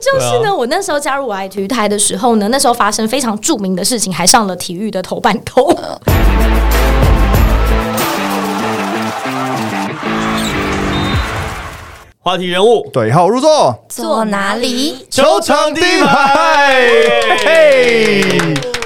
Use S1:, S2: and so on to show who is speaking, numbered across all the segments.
S1: 就是
S2: 啊
S1: 呢，我那时候加入我爱体育台的时候呢，那时候发生非常著名的事情，还上了体育的头版头。
S2: 呃话题人物，
S3: 对号入座，
S4: 坐哪里？
S2: 球场第一排。
S3: 嘿，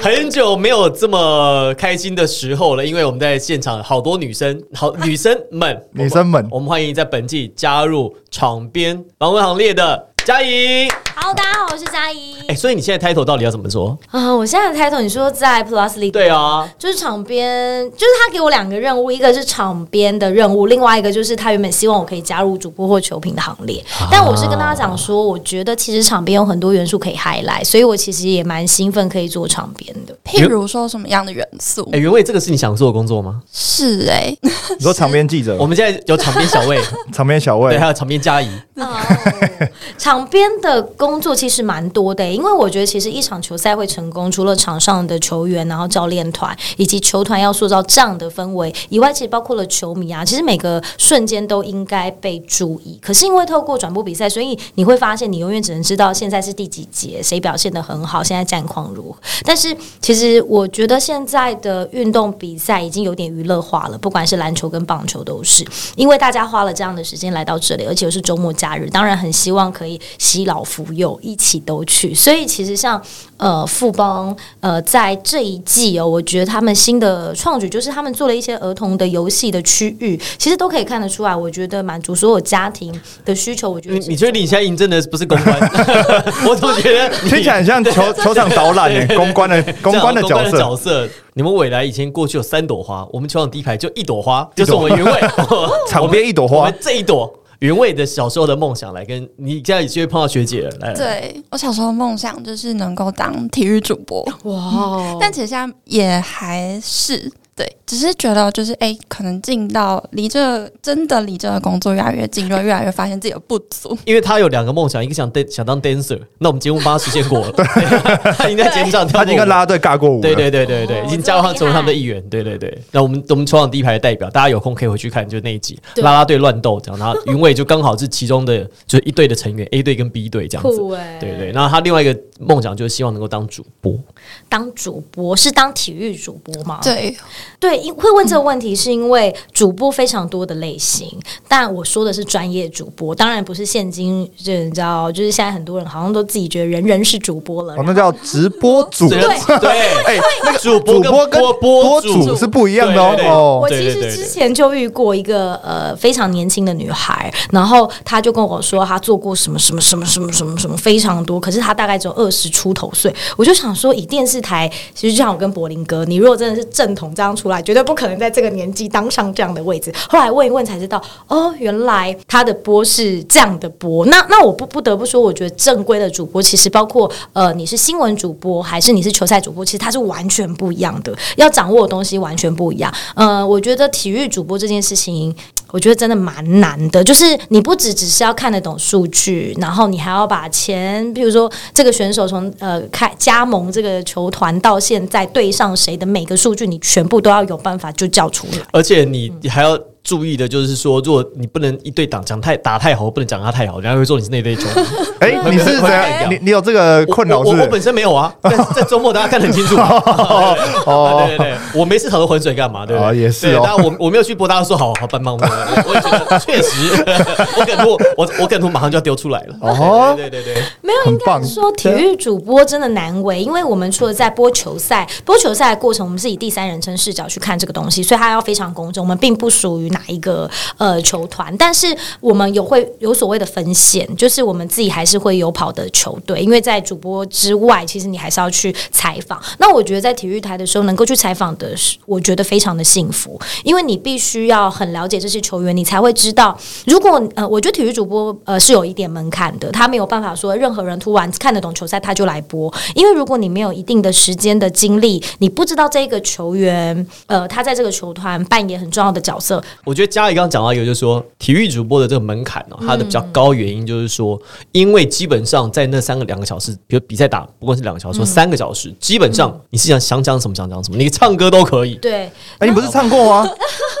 S2: 很久没有这么开心的时候了，因为我们在现场好多女生，好女生们，
S3: 女生们
S2: 我们欢迎在本季加入场边访问行列的佳怡。
S1: 好，大家好，我是佳怡。
S2: 哎、所以你现在 title 到底要怎么说？
S1: 啊、我现在的 title 你说在 Plus League
S2: 对啊，
S1: 就是场边，就是他给我两个任务，一个是场边的任务，另外一个就是他原本希望我可以加入主播或球评的行列，
S2: 啊
S1: 但我是跟他讲说，我觉得其实场边有很多元素可以 highlight，所以我其实也蛮兴奋可以做场边的。
S4: 譬如说什么样的元素
S2: 哎、？原位，这个是你想做的工作吗？
S4: 是哎、
S3: 你说场边记者
S2: 我，们现在有场边小 魏，
S3: 场边小
S2: 哦对，
S3: 魏
S2: 还，有场边佳怡。
S1: 哦，场边的工作其实蛮多的，因为我觉得其实一场球赛会成功，除了场上的球员，然后教练团以及球团要塑造这样的氛围以外，其实包括了球迷啊，其实每个瞬间都应该被注意。可是因为透过转播比赛，所以你会发现你永远只能知道现在是第几节，谁表现的很好，现在战况如何。但是其实我觉得现在的运动比赛已经有点娱乐化了，不管是篮球跟棒球都是。因为大家花了这样的时间来到这里，而且又是周末假日，当然很希望可以洗老扶幼一起都去。所以其实像呃富邦呃在这一季哦，我觉得他们新的创举就是他们做了一些儿童的游戏的区域，其实都可以看得出来，我觉得满足所有家庭的需求。我觉
S2: 你
S1: 得
S2: 嗯你确定你现在应征的不是公关？ 我总觉得你
S3: 听起来很像球球场导览耶，公关的公关的角
S2: 这样
S3: 色
S2: 角，色。你们未来以前过去有三朵花，我们球场第一排就一朵花，就是我们原味
S3: 场边一朵
S2: 我
S3: 花
S2: 们，这一朵原味的小时候的梦想来跟你现在有机会碰到学姐了，来来
S4: 对我小时候梦想就是能够当体育主播，
S1: 哦哇
S4: 但其实现在也还是对，只是觉得就是哎、可能进到离这真的离这个工作越来越近，就会越来越发现自己的不足。
S2: 因为她有两个梦想，一个想 dan 想当 dancer，那我们节目帮她实现 过了，对她已经在节目上跳
S3: 他已
S2: 过
S3: 经
S2: 舞
S3: 跟啦啦队尬过舞
S2: 对
S3: 了。
S2: 对对对对，
S1: 哦
S2: 已经加入他成为他们的一员。对对对，那我们我们球场第一排的代表，大家有空可以回去看，就那一集
S1: 对
S2: 啦啦队乱斗这样，然后云伟就刚好是其中的就是一队的成员，A 队跟 B 队这样子。
S1: 酷哎、
S2: 对对，那他另外一个梦想就是希望能够当主播，
S1: 当主播是当体育主播吗？
S4: 对，
S1: 对，因会问这个问题是因为主播非常多的类型，但我说的是专业主播，当然不是现今，就你知道，就是现在很多人好像都自己觉得人人是主播了
S2: 哦
S3: 我。哦们叫直播组，
S2: 对对，
S3: 哎，
S2: 那个主播
S3: 主
S2: 跟
S3: 播跟
S2: 播
S3: 播
S2: 主
S3: 主是不一样的
S2: 对对对
S3: 哦。
S1: 我
S3: 哦，
S1: 其
S2: 对对
S1: 实
S2: 对
S1: 之前就遇过一个呃非常年轻的女孩，然后她就跟我说她做过什么什么什么什么什么什么非常多，可是她大概只有二十出头岁。我就想说，以电视台，其实就像我跟柏林哥，你如果真的是正统这样出来，绝对不可能在这个年纪当上这样的位置。后来问一问才知道，哦，原来她的播是这样的播。那那我不不得不说，我觉得正规的主播其实包括呃你是新闻主播还是你是球赛主播，其实它是完全不一样的，要掌握的东西完全不一样。呃，我觉得体育主播这件事情，我觉得真的蛮难的，就是你不只只是要看得懂数据，然后你还要把前，比如说这个选手从呃开加盟这个球团到现在对上谁的每个数据，你全部都要有办法就叫出来。
S2: 而且你还要注意的就是说，如果你不能一对打讲太打太好，不能讲他太好，人家会说你是那队 球迷。
S3: 哎，你是怎样？你你有这个困扰
S2: 我
S3: 是
S2: 我
S3: 不
S2: 我
S3: 是？
S2: 本身没有 啊，但是在周末大家看得很清楚嘛。 哦，对对对，我没事讨论浑水干嘛？对不
S3: 哦
S2: 对？
S3: 也是哦
S2: 对但我我没有去播，大家说好好棒 棒棒。我也觉得确实， 我梗图我我梗图马上就要丢出来了。
S3: 哦
S2: 对对对对，
S1: 没有，
S3: 很
S1: 应该
S3: 棒嗯
S1: 是说体育主播真的难为，嗯因为我们除了在播球赛，播球赛的过程，我们是以第三人称视角去看这个东西，所以它要非常公正。我们并不属于哪一个呃球团，但是我们有会有所谓的分线，就是我们自己还是会有跑的球队，因为在主播之外，其实你还是要去采访。那我觉得在体育台的时候，能够去采访的是，我觉得非常的幸福，因为你必须要很了解这些球员，你才会知道。如果呃，我觉得体育主播呃是有一点门槛的，他没有办法说任何人突然看得懂球赛他就来播，因为如果你没有一定的时间的精力，你不知道这个球员呃他在这个球团扮演很重要的角色，
S2: 我觉得嘉怡刚刚讲到一个，就是说体育主播的这个门槛哦，它的比较高原因就是说，因为基本上在那三个两个小时，比如比赛打，不管是两个小时或三个小时，基本上你是想想讲什么想讲什么，你唱歌都可以。
S1: 对，
S3: 哎，你不是唱过吗？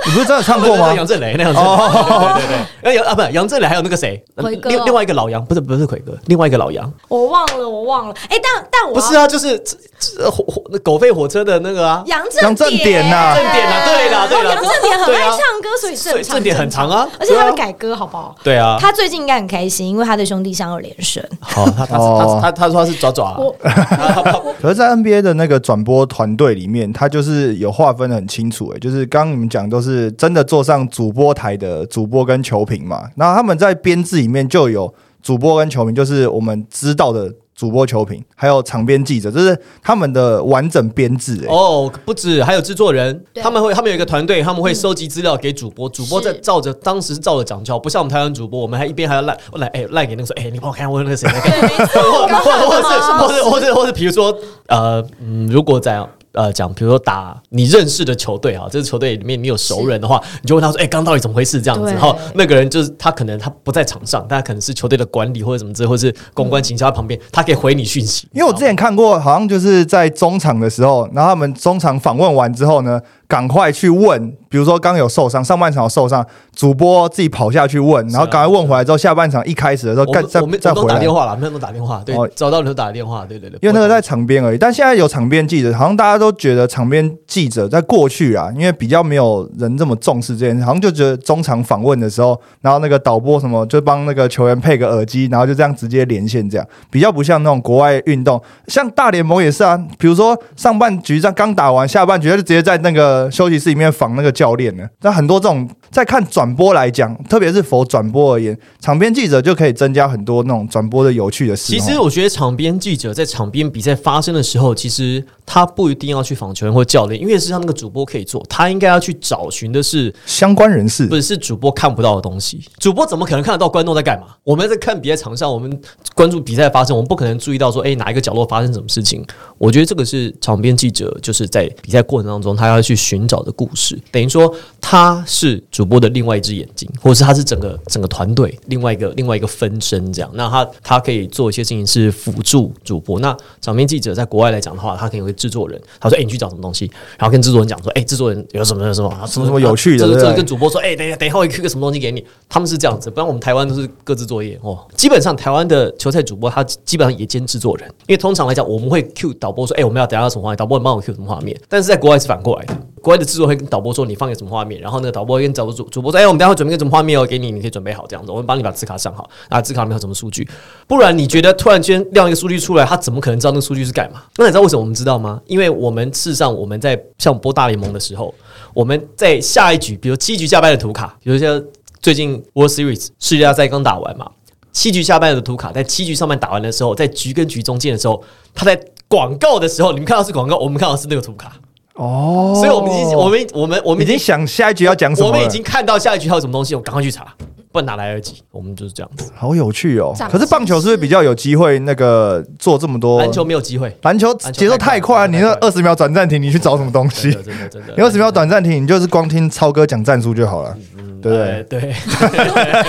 S3: 你不是真的唱过
S2: 对对
S3: 吗
S2: 对？杨振雷那样子， 对对对，那杨啊不，杨振雷还有那个谁，嗯
S1: 奎哥
S2: 另另外一个老杨，不是不是奎哥，另外一个老杨，
S1: 我忘了，我忘了。哎、但但我
S2: 不是
S1: 要
S2: 啊，就是这这火火那狗吠火车的那个啊，
S1: 杨
S3: 杨
S1: 正
S3: 正典呐
S2: 正点啊，对啦对
S1: 哦
S2: 啦，
S1: 杨正典很
S2: 对
S1: 爱
S2: 啊
S1: 唱歌，所以
S2: 所
S1: 正
S2: 以
S1: 常
S2: 正点很长啊，
S1: 而且他会
S2: 对啊，
S1: 改歌，好不好？
S2: 对啊，
S1: 他最近应该很开心，因为他的兄弟相二连胜。
S2: 好，他他
S3: 哦
S2: 他他他说他是爪爪啊，
S1: 我
S2: 他他
S3: 可是，在 NBA 的那个转播团队里面，他就是有划分的很清楚、欸，就是刚刚你们讲都是真的坐上主播台的主播跟球评嘛，那他们在编制里面就有主播跟球评，就是我们知道的主播球评，还有场边记者，这是他们的完整编制、欸，
S2: 哦，不止，还有制作人，
S1: 对嗯
S2: 他们会，他们有一个团队，他们会收集资料给主播，主播在照着当时是照着讲教，不像我们台湾主播，我们还一边还要赖我赖哎赖给那个说，哎，你帮我看我那 个谁在干，
S1: 对，没错，
S2: 或
S1: 我
S2: 或
S1: 刚
S2: 或
S1: 刚
S2: 或
S1: 干
S2: 是
S1: 嘛
S2: 或是或是或是比如说呃嗯，如果在呃讲，比如说打你认识的球队啊，这支球队里面你有熟人的话，你就问他说，哎，刚到底怎么回事这样子，
S1: 对
S2: 然后那个人就是他可能他不在场上，但他可能是球队的管理或者什么之类，或是公
S1: 嗯
S2: 关行销在旁边，他可以回你讯息，
S3: 因为我之前看过，好像就是在中场的时候，然后他们中场访问完之后呢，赶快去问，比如说刚有受伤，上半场有受伤，主播自己跑下去问，然后赶快问回来之后，下半场一开始的时候，
S2: 我
S3: 呃干
S2: 们
S3: 再
S2: 我们
S3: 再
S2: 我们都
S3: 回
S2: 打
S3: 来
S2: 电。话了，没有都打电话，对
S3: 哦，
S2: 找到人都打电话，对对对，
S3: 因为那个在场边而已，但现在有场边记者，好像大家都觉得场边记者在过去啊，因为比较没有人这么重视这件事，好像就觉得中场访问的时候，然后那个导播什么就帮那个球员配个耳机，然后就这样直接连线，这样比较不像那种国外运动，像大联盟也是啊，比如说上半局这样刚打完，下半局他就直接在那个休息室里面防那个教练了。那很多这种在看转播来讲，特别是否转播而言，场边记者就可以增加很多那种转播的有趣的事哦。
S2: 其实我觉得场边记者在场边比赛发生的时候，其实他不一定要去访球员或教练，因为是他那个主播可以做，他应该要去找寻的是
S3: 相关人士
S2: 不是是主播看不到的东西。主播怎么可能看得到观众在干嘛？我们在看比赛场上，我们关注比赛发生，我们不可能注意到说，诶，哪一个角落发生什么事情。我觉得这个是场边记者就是在比赛过程当中，他要去寻找的故事，等于说他是主播的另外一只眼睛，或者是他是整个整个团队另外一个另外一个分身这样。那他他可以做一些事情是辅助主播。那场边记者在国外来讲的话，他可能有个制作人，他说：“诶，你去找什么东西？”然后跟制作人讲说：“诶，制作人有什么有什么然后
S3: 什么什么有趣的
S2: 这个这
S3: 对不
S2: 个
S3: 对
S2: 跟主播说，哎、等一下，等一下，我 Q 个什么东西给你。他们是这样子，不然我们台湾都是各自作业哦。基本上台湾的球赛主播他基本上也兼制作人，因为通常来讲我们会 Q 导播说，哎、我们要等一下要什么画面，导播你帮我 Q 什么画面。但是在国外是反过来的，国外的制作会跟导播说你放个什么画面，然后那个导播会跟导播主主播说，哎、我们待会准备个什么画面哦，给你，你可以准备好这样子，我们帮你把字卡上好，啊，字卡里面有什么数据。不然你觉得突然间亮一个数据出来，他怎么可能知道那个数据是干嘛？那你知道为什么我们知道吗？因为我们事实上我们在像播大联盟的时候，我们在下一局，比如七局下半的图卡，比如像最近 World Series 世界大赛刚打完嘛，七局下半的图卡，在七局上半打完的时候，在局跟局中间的时候，他在广告的时候，你们看到是广告，我们看到是那个图卡，
S3: 哦，
S2: 所以我们已经我们我们我
S3: 我
S2: 们
S3: 们
S2: 已
S3: 已
S2: 经
S3: 经想下一局要讲什么
S2: 我
S3: 了，
S2: 们已经看到下一局还有什么东西，我赶快去查，不然哪来得及？我们就是这样子，
S3: 好有趣哦
S4: 长。
S3: 可是棒球是不是比较有机会那个做这么多？
S2: 篮球没有机会。
S3: 篮球
S2: 篮球
S3: 节奏太快，
S2: 太快
S3: 你那二十秒短暂停，你去找什么东西
S2: 真？的真的真的，
S3: 你二十秒短暂停，你就是光听超哥讲战术就好了，对不
S2: 呃
S3: 对？
S2: 对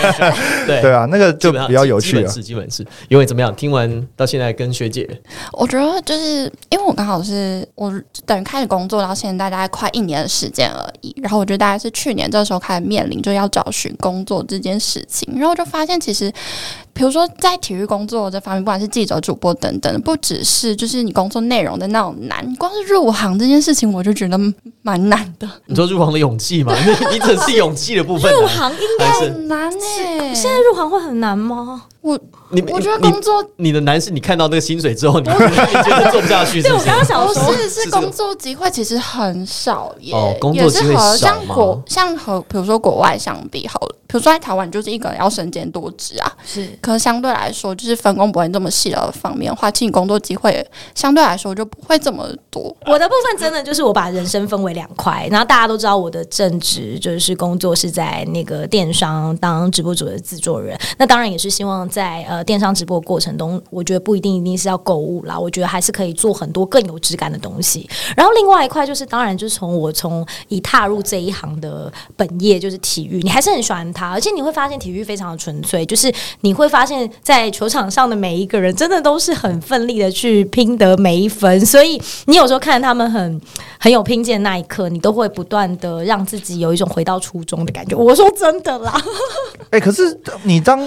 S2: 对
S3: 对啊，那个就
S2: 哎基本上
S3: 比较有
S2: 基
S3: 趣啊
S2: 本
S3: 了。
S2: 是基本是，因为怎么样？听完到现在跟学姐
S4: 我觉得就是因为我刚好是我等于开始工作到现在大概快一年的时间而已，然后我觉得大概是去年这时候开始面临就要找寻工作这件事情，然后我就发现其实。比如说，在体育工作这方面，不管是记者、主播等等，不只是就是你工作内容的那种难，光是入行这件事情，我就觉得蛮难的，
S2: 你说入行的勇气嘛， 你你只是勇气的部分啊。
S1: 入行应该
S2: 还是
S4: 很难哎、
S1: 现在入行会很难吗？
S4: 我
S2: 你
S4: 我觉得
S2: 你
S4: 工作
S2: 你的难是你看到那个薪水之后，你你觉得做不下去，是
S1: 对，
S2: 不
S1: 我
S2: 是？
S1: 刚刚想
S4: 不
S1: 说，
S4: 哦是，
S2: 是
S4: 是
S2: 这个
S4: 工作机会其实很少耶，
S2: 哦工作
S4: 也是
S2: 机会少
S4: 和像
S2: 吗
S4: 国像和比如说国外相比好了，比如说在台湾你就是一个人要身兼多职啊，
S1: 是
S4: 可是相对来说就是分工不会这么细的方面的话，其实你工作机会相对来说就不会这么多。
S1: 我的部分真的就是我把人生分为两块，然后大家都知道我的正职就是工作是在那个电商当直播主的制作人，那当然也是希望在呃电商直播过程中，我觉得不一定一定是要购物啦，我觉得还是可以做很多更有质感的东西。然后另外一块就是，当然就是从我从一踏入这一行的本业就是体育，你还是很喜欢它，而且你会发现体育非常的纯粹，就是你会发现在球场上的每一个人真的都是很奋力的去拼得每一分，所以你有时候看他们很很有拼劲的那一刻，你都会不断的让自己有一种回到初衷的感觉。我说真的啦，
S3: 哎、可是你当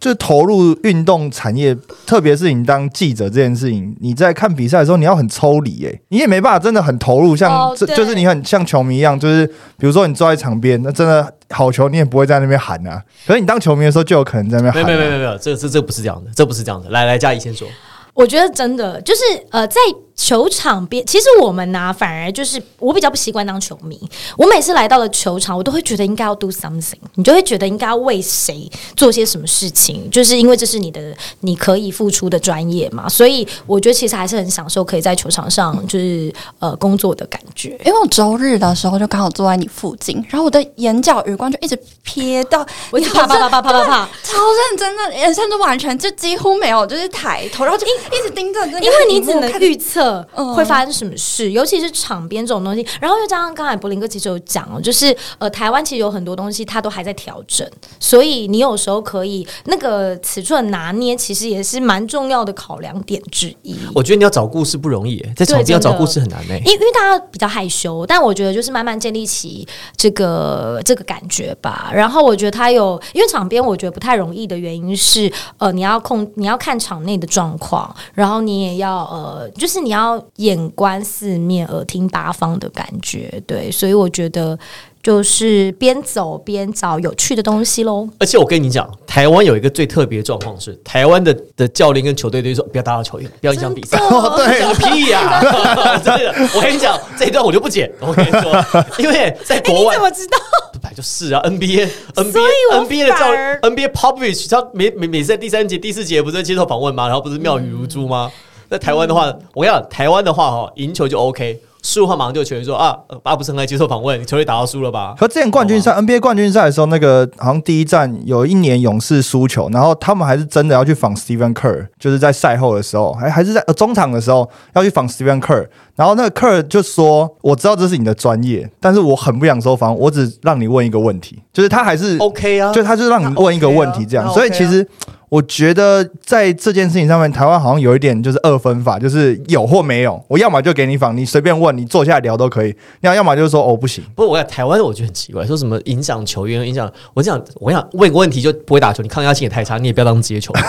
S3: 就是投入运动产业，特别是你当记者这件事情，你在看比赛的时候，你要很抽离，哎，你也没办法真的很投入，像、
S1: 哦
S3: 这
S1: 对
S3: 就是你很像球迷一样，就是比如说你坐在场边，那真的好球，你也不会在那边喊啊。可是你当球迷的时候，就有可能在那
S2: 没
S3: 边
S2: 有
S3: 喊、
S2: 没
S3: 啊。
S2: 有没有没有，这这这不是这样的，这不是这样的。来来，嘉怡先说。
S1: 我觉得真的就是呃，在球场边，其实我们呢、反而就是我比较不习惯当球迷。我每次来到了球场，我都会觉得应该要 do something，你就会觉得应该要为谁做些什么事情，就是因为这是你的你可以付出的专业嘛。所以我觉得其实还是很享受可以在球场上就是呃工作的感觉。
S4: 因为我周日的时候就刚好坐在你附近，然后我的眼角余光就一直瞥到，
S1: 我
S4: 你
S1: 就
S4: 好
S1: 啪
S4: 像
S1: 啪啪啪啪啪啪，
S4: 超认真的，眼甚至完全就几乎没有就是抬头，然后就一直盯着那个荧幕
S1: 因为
S4: 看，
S1: 你只能预测
S4: 嗯
S1: 会发生什么事，尤其是场边这种东西。然后又加上刚才柏林哥其实有讲哦，就是呃，台湾其实有很多东西它都还在调整，所以你有时候可以那个尺寸拿捏，其实也是蛮重要的考量点之一。
S2: 我觉得你要找故事不容易耶，在
S1: 对
S2: 场边要
S1: 真
S2: 找
S1: 的
S2: 故事很难欸诶。
S1: 因因为大家比较害羞，但我觉得就是慢慢建立起这个这个感觉吧。然后我觉得他有，因为场边我觉得不太容易的原因是，呃，你要控，你要看场内的状况，然后你也要呃，就是你要眼观四面，耳听八方的感觉。对，所以我觉得就是边走边找有趣的东西喽。
S2: 而且我跟你讲，台湾有一个最特别的状况是，台湾的的教练跟球队队说不要打扰球员，不要影响比赛。
S3: 哦，对，
S2: 个屁 呀、真的，我跟你讲，这一段我就不剪。我跟你说，因为在
S1: 哎，
S2: 国
S1: 你
S2: 外
S1: 怎，么知道？
S2: 本来就是啊，NBA
S1: 所以
S2: NBA
S1: 我
S2: NBA 的教
S1: 反而
S2: NBA Popovich，他每每每次在第三节、第四节不是接受访问吗？然后不是妙语如珠吗？
S1: 嗯
S2: 在台湾的话，我跟你讲，台湾的话哦，赢球就 OK，输的话马上就有球员说啊，呃阿布森来接受访问，你球队打到输 了吧？
S3: 可之前冠军
S2: 哦
S3: 赛 NBA 冠军赛的时候，那个好像第一站有一年勇士输球，然后他们还是真的要去仿 Stephen Kerr，就是在赛后的时候，还还是在、呃中场的时候要去仿 Stephen Kerr，然后那个 Kerr 就说：“我知道这是你的专业，但是我很不想收房，我只让你问一个问题，就是他还是
S2: OK 啊，
S3: 就他就让你问一个问题这样，
S2: 那 OK 啊
S3: 所以其实。我觉得在这件事情上面，台湾好像有一点就是二分法，就是有或没有。我要么就给你仿，你随便问，你坐下来聊都可以；要要么就是说哦不行，
S2: 不过我讲台湾，我觉得很奇怪，说什么影响球员，影响我讲，我想问个问题就不会打球，你抗压性也太差，你也不要当职业球员。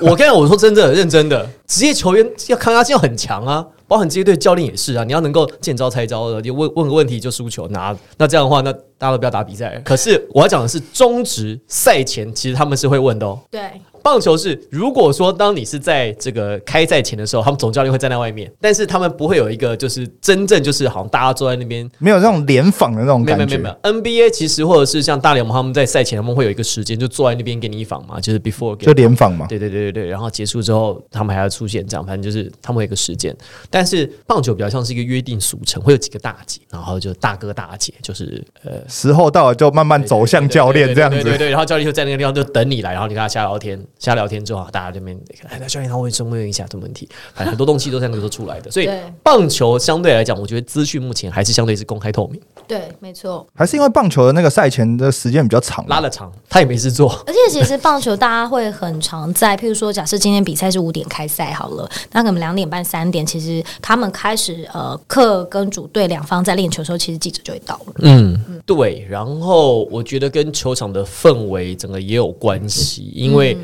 S2: 我跟你讲我说真的，认真的，职业球员要抗压性要很强啊，包含职业队教练也是啊，你要能够见招拆招的，就问问个问题就输球拿，那这样的话，那大家都不要打比赛了。可是我要讲的是，中职赛前其实他们是会问的哦，
S1: 对，
S2: 棒球是，如果说当你是在这个开赛前的时候，他们总教练会站在外面，但是他们不会有一个就是真正就是好像大家坐在那边
S3: 没有那种联访的那种
S2: 没有
S3: 感
S2: 没有没
S3: 觉。
S2: 有没有 NBA 其实或者是像大联盟，他们在赛前他们会有一个时间，就坐在那边给你一访嘛，就是 before
S3: 就
S2: game。
S3: 联访嘛。
S2: 对对对对对，然后结束之后，他们还要出现这样，反正就是他们会有一个时间。但是棒球比较像是一个约定俗成，会有几个大姐，然后就大哥大姐，就是呃
S3: 时候到了就慢慢走向教练这样
S2: 对对对对
S3: 子。
S2: 对，然后教练就在那个地方就等你来，然后你跟他瞎聊天，瞎聊天之后，大家这边哎，那教练他会询问一下什么问题，反正很多东西都在那个时候出来的。所以
S1: 对
S2: 棒球相对来讲，我觉得资讯目前还是相对是公开透明，
S1: 对，没错。
S3: 还是因为棒球的那个赛前的时间比较长，
S2: 拉了长，他也没事做。
S1: 而且其实棒球大家会很常在，譬如说，假设今天比赛是五点开赛好了，那可能两点半、三点，其实他们开始呃，客跟主队两方在练球的时候，其实记者就会到了。
S2: 对，然后我觉得跟球场的氛围整个也有关系，因为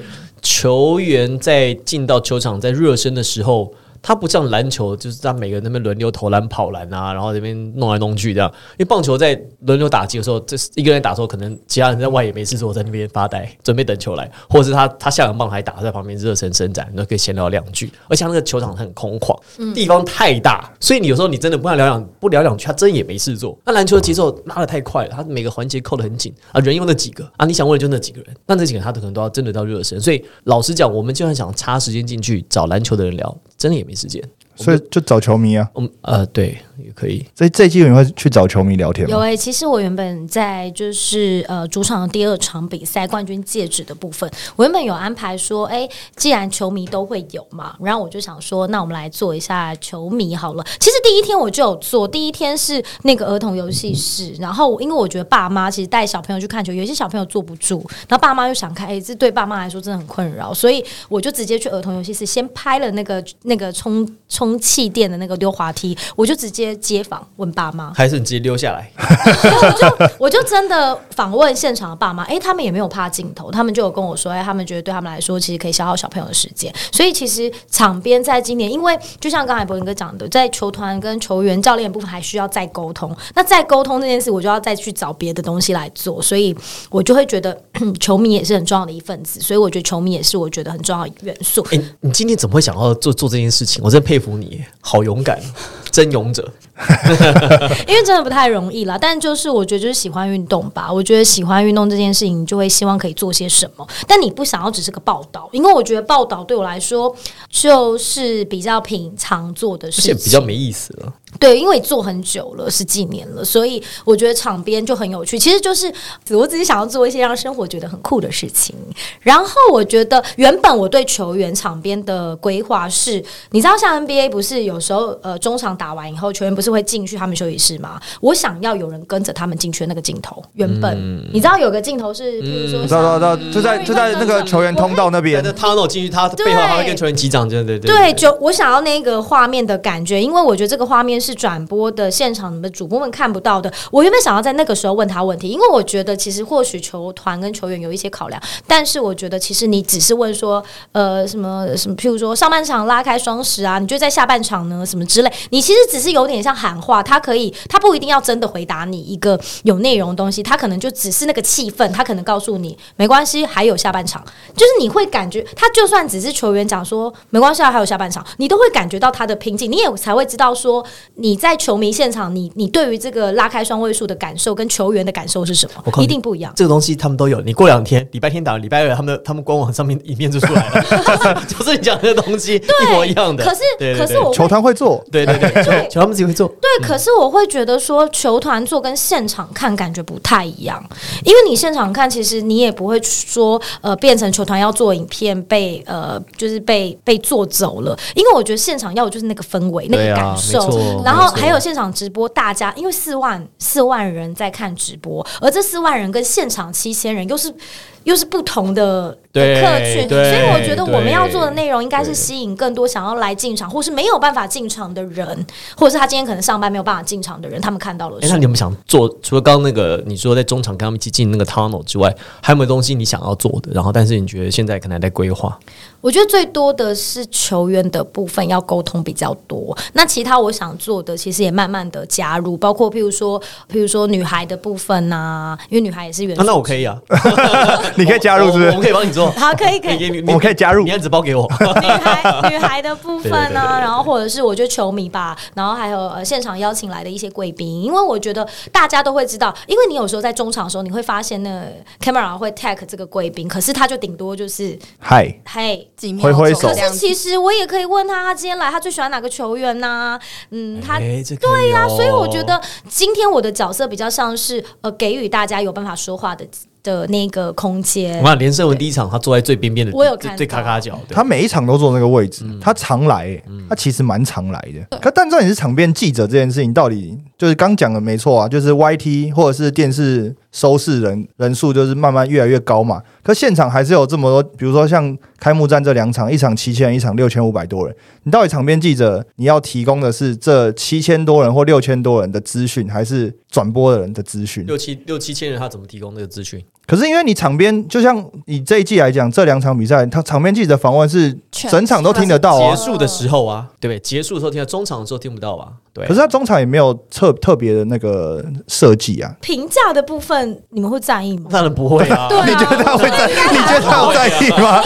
S2: 球员在进到球场在热身的时候。他不像篮球，就是他每个人那边轮流投篮、跑篮啊，然后这边弄来弄去这样。因为棒球在轮流打击的时候，这是一个人打的时候，可能其他人在外也没事做，在那边发呆，准备等球来，或者是他他下两棒还打在旁边热身伸展，你都可以闲聊两句。而且他那个球场很空旷，地方太大，所以你有时候你真的不想聊两不聊两句，他真也没事做。那篮球的节奏拉的太快了，他每个环节扣的很紧啊，人又那几个啊，你想问的就那几个人，那那几个人他可能都要真的到热身。所以老实讲，我们就算想插时间进去找篮球的人聊，真的也没时间。
S3: 所以就找球迷啊。
S2: 嗯呃，对，也可以。
S3: 这这一季你会去找球迷聊天
S1: 有
S3: 吗？
S1: 诶、其实我原本在就是呃主场的第二场比赛冠军戒指的部分，我原本有安排说，诶、既然球迷都会有嘛，然后我就想说，那我们来做一下球迷好了。其实第一天我就有做，第一天是那个儿童游戏室，然后我因为我觉得爸妈其实带小朋友去看球，有一些小朋友坐不住，然后爸妈又想看，诶、这对爸妈来说真的很困扰，所以我就直接去儿童游戏室先拍了那个那个充充气垫的那个溜滑梯，我就直接街访问爸妈。
S2: 还是你直接溜下来，
S1: 我就真的访问现场的爸妈，诶，他们也没有怕镜头，他们就有跟我说，诶，他们觉得对他们来说，其实可以消耗小朋友的时间。所以其实场边在今年，因为就像刚才博文哥讲的，在球团跟球员、教练部分还需要再沟通。那再沟通这件事，我就要再去找别的东西来做，所以我就会觉得 球迷也是很重要的一份子。所以我觉得球迷也是我觉得很重要的元素。
S2: 哎、你今天怎么会想要做做这件事情？我真佩服你，好勇敢，真勇者。
S1: 因为真的不太容易啦。但就是我觉得就是喜欢运动吧，我觉得喜欢运动这件事情，你就会希望可以做些什么。但你不想要只是个报道，因为我觉得报道对我来说就是比较平常做的
S2: 而且
S1: 事情，
S2: 比较没意思了。
S1: 对，因为做很久了，十几年了，所以我觉得场边就很有趣。其实就是呃我自己想要做一些让生活觉得很酷的事情。然后我觉得原本我对球员场边的规划是，你知道像 NBA 不是有时候呃中场打完以后，球员不是会进去他们休息室吗？我想要有人跟着他们进去的那个镜头。原本、你知道有个镜头是，譬如说
S3: 知
S1: 像、嗯
S3: 道知道，就在就在那个球员通道那边
S2: 那，他那种进去，他背后还会跟球员击掌，对对对
S1: 对，就我想要那个画面的感觉，因为我觉得这个画面是转播的现场你们主播们看不到的。我原本想要在那个时候问他问题，因为我觉得其实或许球团跟球员有一些考量，但是我觉得其实你只是问说，呃，什么什么，譬如说上半场拉开双十啊，你就在下半场呢什么之类，你其实只是有点像喊话，他可以，他不一定要真的回答你一个有内容的东西，他可能就只是那个气氛，他可能告诉你没关系，还有下半场，就是你会感觉他就算只是球员讲说没关系啊，还有下半场，你都会感觉到他的拼劲，你也才会知道说你在球迷现场，你你对于这个拉开双位数的感受跟球员的感受是什
S2: 我
S1: 么
S2: 靠，你
S1: 一定不一 样。
S2: 这个东西他们都有。你过两天，礼拜天打完，礼拜二他们他们官网上面影片就出 来了，就是就是你讲的东西一模一样的。
S1: 可是
S2: 对对
S1: 可是我
S3: 球团会做。
S2: 对 对对，
S1: 对
S2: 就他们自己会做。
S1: 对，可是我会觉得说，球团做跟现场看感觉不太一样，因为你现场看，其实你也不会说，呃，变成球团要做影片被呃，就是被被做走了，因为我觉得现场要的就是那个氛围、那
S2: 对
S1: 个
S2: 啊
S1: 感受
S2: 没错，
S1: 然后
S2: 没错
S1: 还有现场直播，大家因为四万四万人在看直播，而这四万人跟现场七千人又是又是不同的
S2: 对
S1: 客群，所
S2: 对
S1: 以我觉得我们要做的
S2: 对
S1: 内容应该是吸引更多想要来进场或是没有办法进场的人，或者是他今天可能上班没有办法进场的人，他们看到了
S2: 哎、
S1: 什
S2: 那
S1: 么？
S2: 你有没有想做？除了刚刚那个你说在中场跟他们一起进那个 tunnel 之外，还有没有东西你想要做的？然后，但是你觉得现在可能还在规划？
S1: 我觉得最多的是球员的部分要沟通比较多，那其他我想做的其实也慢慢的加入，包括譬如说，譬如说女孩的部分呐、因为女孩也是元
S2: 啊
S1: 素。
S2: 那我可以啊，
S3: 你可以加入是不
S2: 我我
S3: 是
S2: 我们可以帮你做。
S1: 好，可以可以，
S2: 你你你
S3: 我们可以加入
S2: 你案子包给我。
S1: 女孩 女孩的部分
S2: 对对对
S1: 呢、
S2: 对对
S1: 然后或者是我觉得球迷吧，然后还有呃现场邀请来的一些贵宾，因为我觉得大家都会知道，因为你有时候在中场的时候，你会发现那 camera 会 tag 这个贵宾，可是他就顶多就是
S3: 嗨，
S1: 嘿。
S4: 几
S3: 挥
S4: 秒
S3: 挥
S4: 钟
S3: 手
S1: 可
S4: 这样
S1: 是
S4: 子
S1: 其实我也可以问他，他今天来他最喜欢哪个球员呐、嗯，他
S2: 哎这对呀、
S1: 所以我觉得今天我的角色比较像是呃给予大家有办法说话的的那个空间
S2: 我。看连胜文第一场，他坐在最边边的，
S1: 我有
S2: 最
S1: 看
S2: 最
S1: 到
S2: 咔咔角。对
S3: 他每一场都坐那个位置，他常来、欸他其实蛮常来的。可但这你是场边记者这件事情，到底就是刚讲的没错啊，就是 YT 或者是电视收视人人数就是慢慢越来越高嘛。可现场还是有这么多，比如说像开幕战这两场，一场七千人，一场六千五百多人。你到底场边记者你要提供的是这七千多人或六千多人的资讯，还是转播的人的资讯？
S2: 六七六七千人，他怎么提供那个资讯？
S3: 可是因为你场边，就像以这一季来讲，这两场比赛，他场边记者访问是
S4: 全
S3: 整场都听得到啊
S2: 结。束的时候啊，对不对？结束的时候听到，中场的时候听不到吧？对。
S3: 可是他中场也没有特特别的那个设计 啊。
S1: 评价的部分你们会在意 吗？
S2: 当然不会啊，
S1: 对啊
S3: 你
S4: 哦
S3: 觉得他会在？你觉得他有在意吗？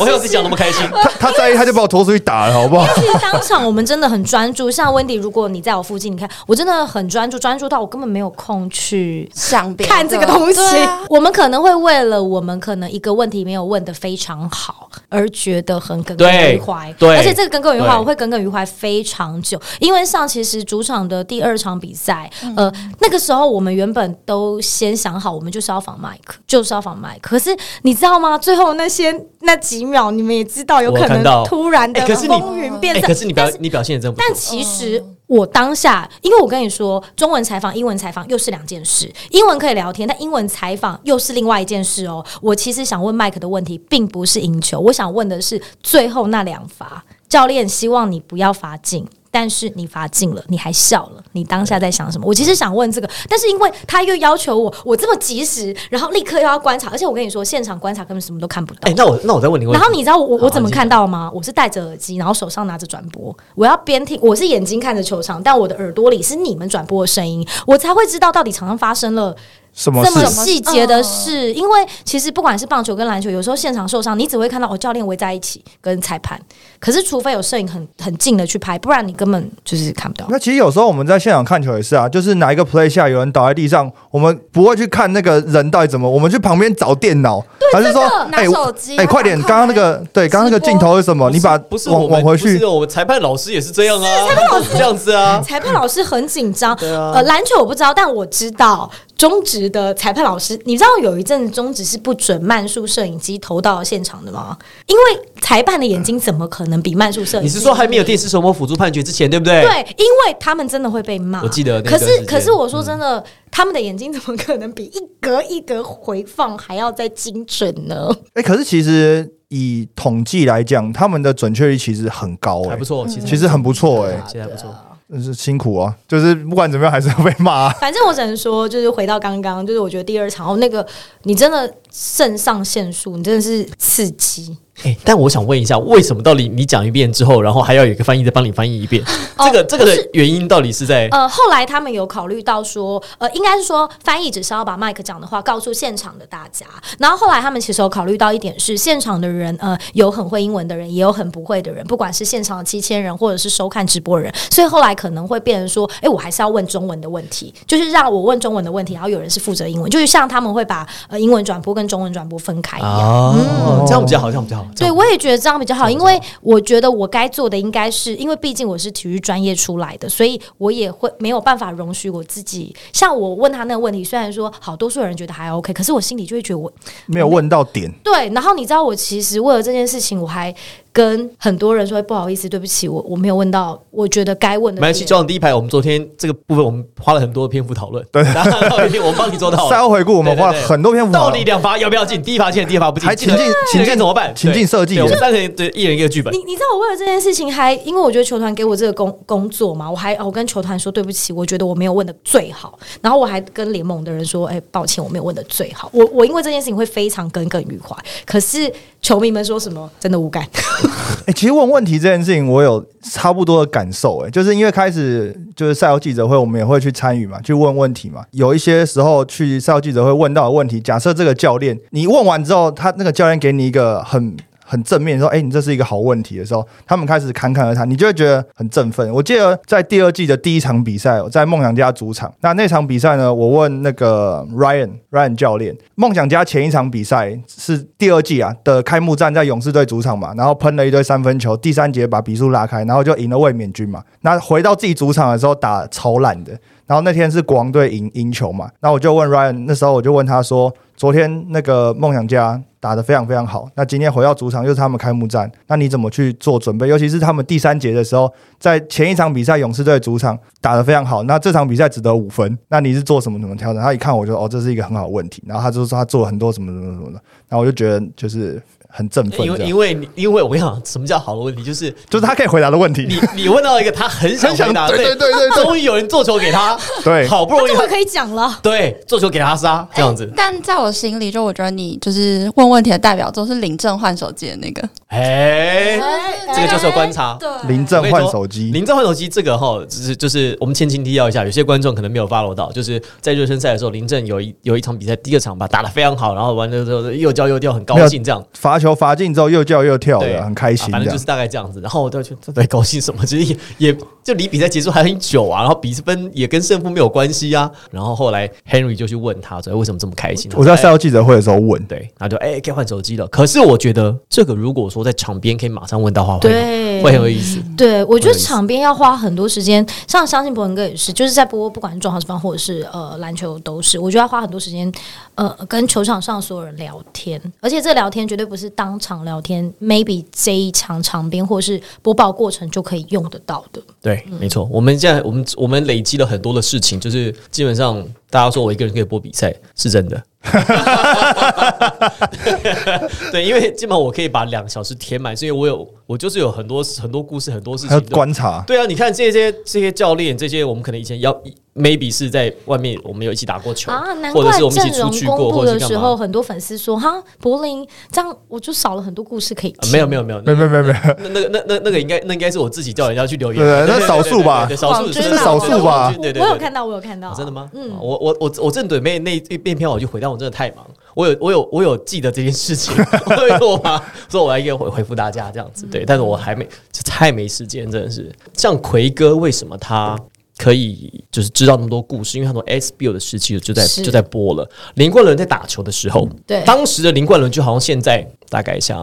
S2: 我有自己讲那么开心。
S3: 他他在意，他就把我拖出去打了，好不 好？
S1: 其实当场我们真的很专注，像温迪，如果你在我附近，你看我真的很专注，专注到我根本没有空去
S4: 想别的
S1: 看这个东西。
S4: 对啊
S1: 我我们可能会为了我们可能一个问题没有问的非常好而觉得很耿耿
S2: 对
S1: 于怀，
S2: 对
S1: 而且这个耿耿于怀
S2: 对
S1: 我会耿耿于怀非常久，因为上其实主场的第二场比赛，呃，那个时候我们原本都先想好，我们就是要访麦克，就是要访麦克，可是你知道吗？最后那些那几秒，你们也知道有
S2: 我
S1: 可
S2: 看到
S1: 能突然的
S2: 哎可是你
S1: 风云变
S2: 哎，
S1: 色，
S2: 可是你表你表现也真不
S1: 但
S2: 错，
S1: 其实我当下，因为我跟你说，中文采访、英文采访又是两件事。英文可以聊天，但英文采访又是另外一件事哦。我其实想问麦克的问题，并不是赢球，我想问的是最后那两罚。教练希望你不要罚进。但是你罚进了，你还笑了，你当下在想什么？我其实想问这个，但是因为他又要求我，我这么及时，然后立刻又要观察，而且我跟你说，现场观察根本什么都看不到。
S2: 哎，那我那我再问你一个问
S1: 然
S2: 题，
S1: 后你知道我我
S2: 好
S1: 我怎么
S2: 你
S1: 看到吗？我是戴着耳机，然后手上拿着转播，我要边听，我是眼睛看着球场，但我的耳朵里是你们转播的声音，我才会知道到底场上发生了
S3: 什么
S1: 这么
S3: 事？
S1: 细节的事。因为其实不管是棒球跟篮球，有时候现场受伤，你只会看到哦教练围在一起跟裁判，可是除非有摄影很很近的去拍，不然你根本就是看不到。
S3: 那其实有时候我们在现场看球也是啊，就是哪一个 play 下有人倒在地上，我们不会去看那个人到底怎么，我们去旁边找电脑，还是说，
S4: 拿
S3: 哎、
S4: 手机
S3: 哎、快点，
S4: 然后
S3: 刚刚那个，对，刚刚那个
S4: 直播
S3: 镜头是什么？你把
S2: 不是
S3: 往
S2: 我们
S3: 往回
S2: 不
S3: 去
S2: 是，我们裁判老师也是这样啊，裁判老师这样子啊，
S1: 裁判老师很紧张，
S2: 对啊
S1: 呃，篮球我不知道，但我知道中职的裁判老师，你知道有一阵子中职是不准慢速摄影机投到现场的吗？因为裁判的眼睛怎么可能比慢速摄影
S2: 你
S1: 机？
S2: 是说还没有电视传播辅助判决之前，对不对？
S1: 对，因为他们真的会被骂。
S2: 我记得那
S1: 可
S2: 段时
S1: 是
S2: 间嗯
S1: 可是我说真的，他们的眼睛怎么可能比一格一格回放还要再精准呢？
S3: 哎、可是其实以统计来讲，他们的准确率其实很高、
S2: 还
S3: 哎
S2: 不，错，其实
S3: 其实很不错、哎、
S2: 其实还不错。
S3: 真是辛苦啊，就是不管怎么样还是要被骂、啊。
S1: 反正我只能说，就是回到刚刚，就是我觉得第二场哦，那个你真的肾上腺素，你真的是刺激。
S2: 哎、但我想问一下，为什么到底你讲一遍之后，然后还要有一个翻译再帮你翻译一遍？
S1: 哦
S2: 这个这个
S1: 不
S2: 的
S1: 是
S2: 原因到底是在？
S1: 呃，后来他们有考虑到说，呃，应该是说翻译只是要把麦克讲的话告诉现场的大家。然后后来他们其实有考虑到一点是，现场的人呃有很会英文的人，也有很不会的人，不管是现场的七千人或者是收看直播的人，所以后来可能会变成说，哎、我还是要问中文的问题，就是让我问中文的问题，然后有人是负责英文，就是像他们会把呃英文转播跟中文转播分开一样。
S2: 哦，这样比较好，这样比较好。这
S1: 对，
S2: 样
S1: 我也觉得这样比较好，
S2: 这样
S1: 因
S2: 比较
S1: 为我觉得我该做的应该是，因为毕竟我是体育专业出来的，所以我也会没有办法容许我自己。像我问他那个问题，虽然说好多数人觉得还 OK，可是我心里就会觉得我
S3: 没有问到点，
S1: 对。然后你知道，我其实为了这件事情，我还跟很多人说不好意思，对不起，我我没有问到，我觉得该问的
S2: 没关系，
S1: 点
S2: 就像第一排，我们昨天这个部分，我们花了很多篇幅讨论。 对，然后一定我们帮你做 到
S3: 赛
S2: 了。
S3: 后回顾我们
S2: 对对
S3: 花了
S2: 对
S3: 很多篇幅讨
S2: 到底
S3: 论，
S2: 两罚要不要进？第一罚进，第二罚不进，
S3: 还
S2: 进了
S3: 情境
S2: 这个
S3: 情
S2: 该
S3: 境
S2: 怎么办？
S3: 情境设计啊
S2: 对我
S3: 耶
S2: 们三个人对一人一个剧本
S1: 你。你知道我为了这件事情还，因为我觉得球团给我这个工工作嘛，我还我跟球团说对不起，我觉得我没有问的最好，然后我还跟联盟的人说，哎、抱歉，我没有问的最好。我我因为这件事情会非常耿耿于怀，可是球迷们说什么真的无感。
S2: 哦
S3: 哎、其实问问题这件事情，我有差不多的感受、哎，就是因为开始就是赛后记者会，我们也会去参与嘛，去问问题嘛。有一些时候去赛后记者会问到的问题，假设这个教练你问完之后，他那个教练给你一个很。很正面说，哎、你这是一个好问题的时候，他们开始侃侃而谈，你就会觉得很振奋。我记得在第二季的第一场比赛，我在梦想家主场，那那场比赛呢，我问那个 Ryan Ryan 教练，梦想家前一场比赛是第二季啊的开幕战在勇士队主场嘛，然后喷了一堆三分球，第三节把比数拉开，然后就赢了卫冕军嘛。那回到自己主场的时候打超烂的，然后那天是国王队赢赢球嘛，那我就问 Ryan，那时候我就问他说，昨天那个梦想家打得非常非常好，那今天回到主场又是他们开幕战，那你怎么去做准备？尤其是他们第三节的时候，在前一场比赛勇士队主场打得非常好，那这场比赛只得五分，那你是做什么怎么调整？他一看我就说哦，这是一个很好的问题，然后他就说他做了很多什么什么什么的，然后我就觉得就是很振奋
S2: 因
S3: 这
S2: 为
S3: 样，
S2: 因为你因为我跟你讲，什么叫好的问题？就是
S3: 就是他可以回答的问 题，
S2: 你你问到一个他很想
S3: 很想
S2: 回答，
S3: 对对对对对
S2: 终于有人做球给他，
S3: 对
S2: 好不 容易
S1: 这
S2: 他
S1: 我可以讲了，
S2: 对做球给他杀 这样子
S4: 哎。但在我心里，就我觉得你就是问问题的代表，就是林正换手机的那个。
S2: 哎、这个就是有观察。
S1: 对
S3: 临阵换手机，
S2: 林正换手机这个哈，只是就是我们前情提要一下，有些观众可能没有 follow 到，就是在热身赛的时候，林正有一有一场比赛，第二场吧打得非常好，然后完了之后又叫又掉，很高兴这样。
S3: 罚球罚进之后又叫又跳
S2: 对，
S3: 的，很开心
S2: 啊反正就
S3: 这样
S2: 是。大概这样子。然后我都去，这在高兴什么？其实也也就离比赛结束还很久啊，然后比分也跟胜负没有关系啊。然后后来 Henry 就去问他说：“哎为什么这么开心？”
S3: 我在
S2: 他
S3: 赛
S2: 说
S3: 后记者会的时候问
S2: 哎，对，然后就哎、可以换手机了。可是我觉得这个如果说在场边可以马上问到话，会
S1: 对
S2: 会很有意思。
S1: 对，我觉得场边要花很多时间，像相信博文哥也是，就是在播不管是中华之邦或者是呃篮球都是，我觉得要花很多时间呃跟球场上所有人聊天，而且这聊天绝对不是当场聊天，maybe 这一场场边或是播报过程就可以用得到的。
S2: 对，没错。我们现在我们我们累积了很多的事情，就是基本上大家说我一个人可以播比赛是真的。对，因为基本上我可以把两个小时填满，是因为我有我就是有很多很多故事，很多事
S3: 还
S2: 情
S3: 有
S2: 都。
S3: 观察，
S2: 对啊，你看这些这些教练，这些我们可能以前要 maybe 是在外面我们有一起打过球，
S1: 啊，难
S2: 或者
S1: 怪
S2: 是我们一
S1: 阵
S2: 起出
S1: 容
S2: 去
S1: 公
S2: 过，
S1: 布
S2: 或者
S1: 的
S2: 是干
S1: 时
S2: 嘛
S1: 候，？很多粉丝说哈，柏林这样我就少了 很多故事可以
S2: 啊
S1: 听。
S2: 没有没有没有，
S3: 没
S2: 那
S3: 没没没，
S2: 那那那那那个应该那应该是我自己叫人家去留言，
S3: 对那
S2: 对
S3: 少数吧
S2: 对对对少数
S4: 网军
S2: 真的
S4: 吧
S3: 少数吧
S2: 网军对对对，
S1: 我有
S2: 对
S1: 看到，我有看到，
S2: 啊真的吗？嗯
S1: 嗯，，
S2: 我我我我正准备那一篇篇我就回，但我真的太忙，我有我有我有记得这件事情， 我有啊，所以我来给回回复大家这样子，对，但是我还没这太没时间，真的是像奎哥为什么他？可以就是知道那么多故事，因为他从 SBO 的时期就在
S1: 是嗯
S2: 就在播了。林冠伦在打球的时候，
S1: 对
S2: 当时的林冠伦就好像现在大概像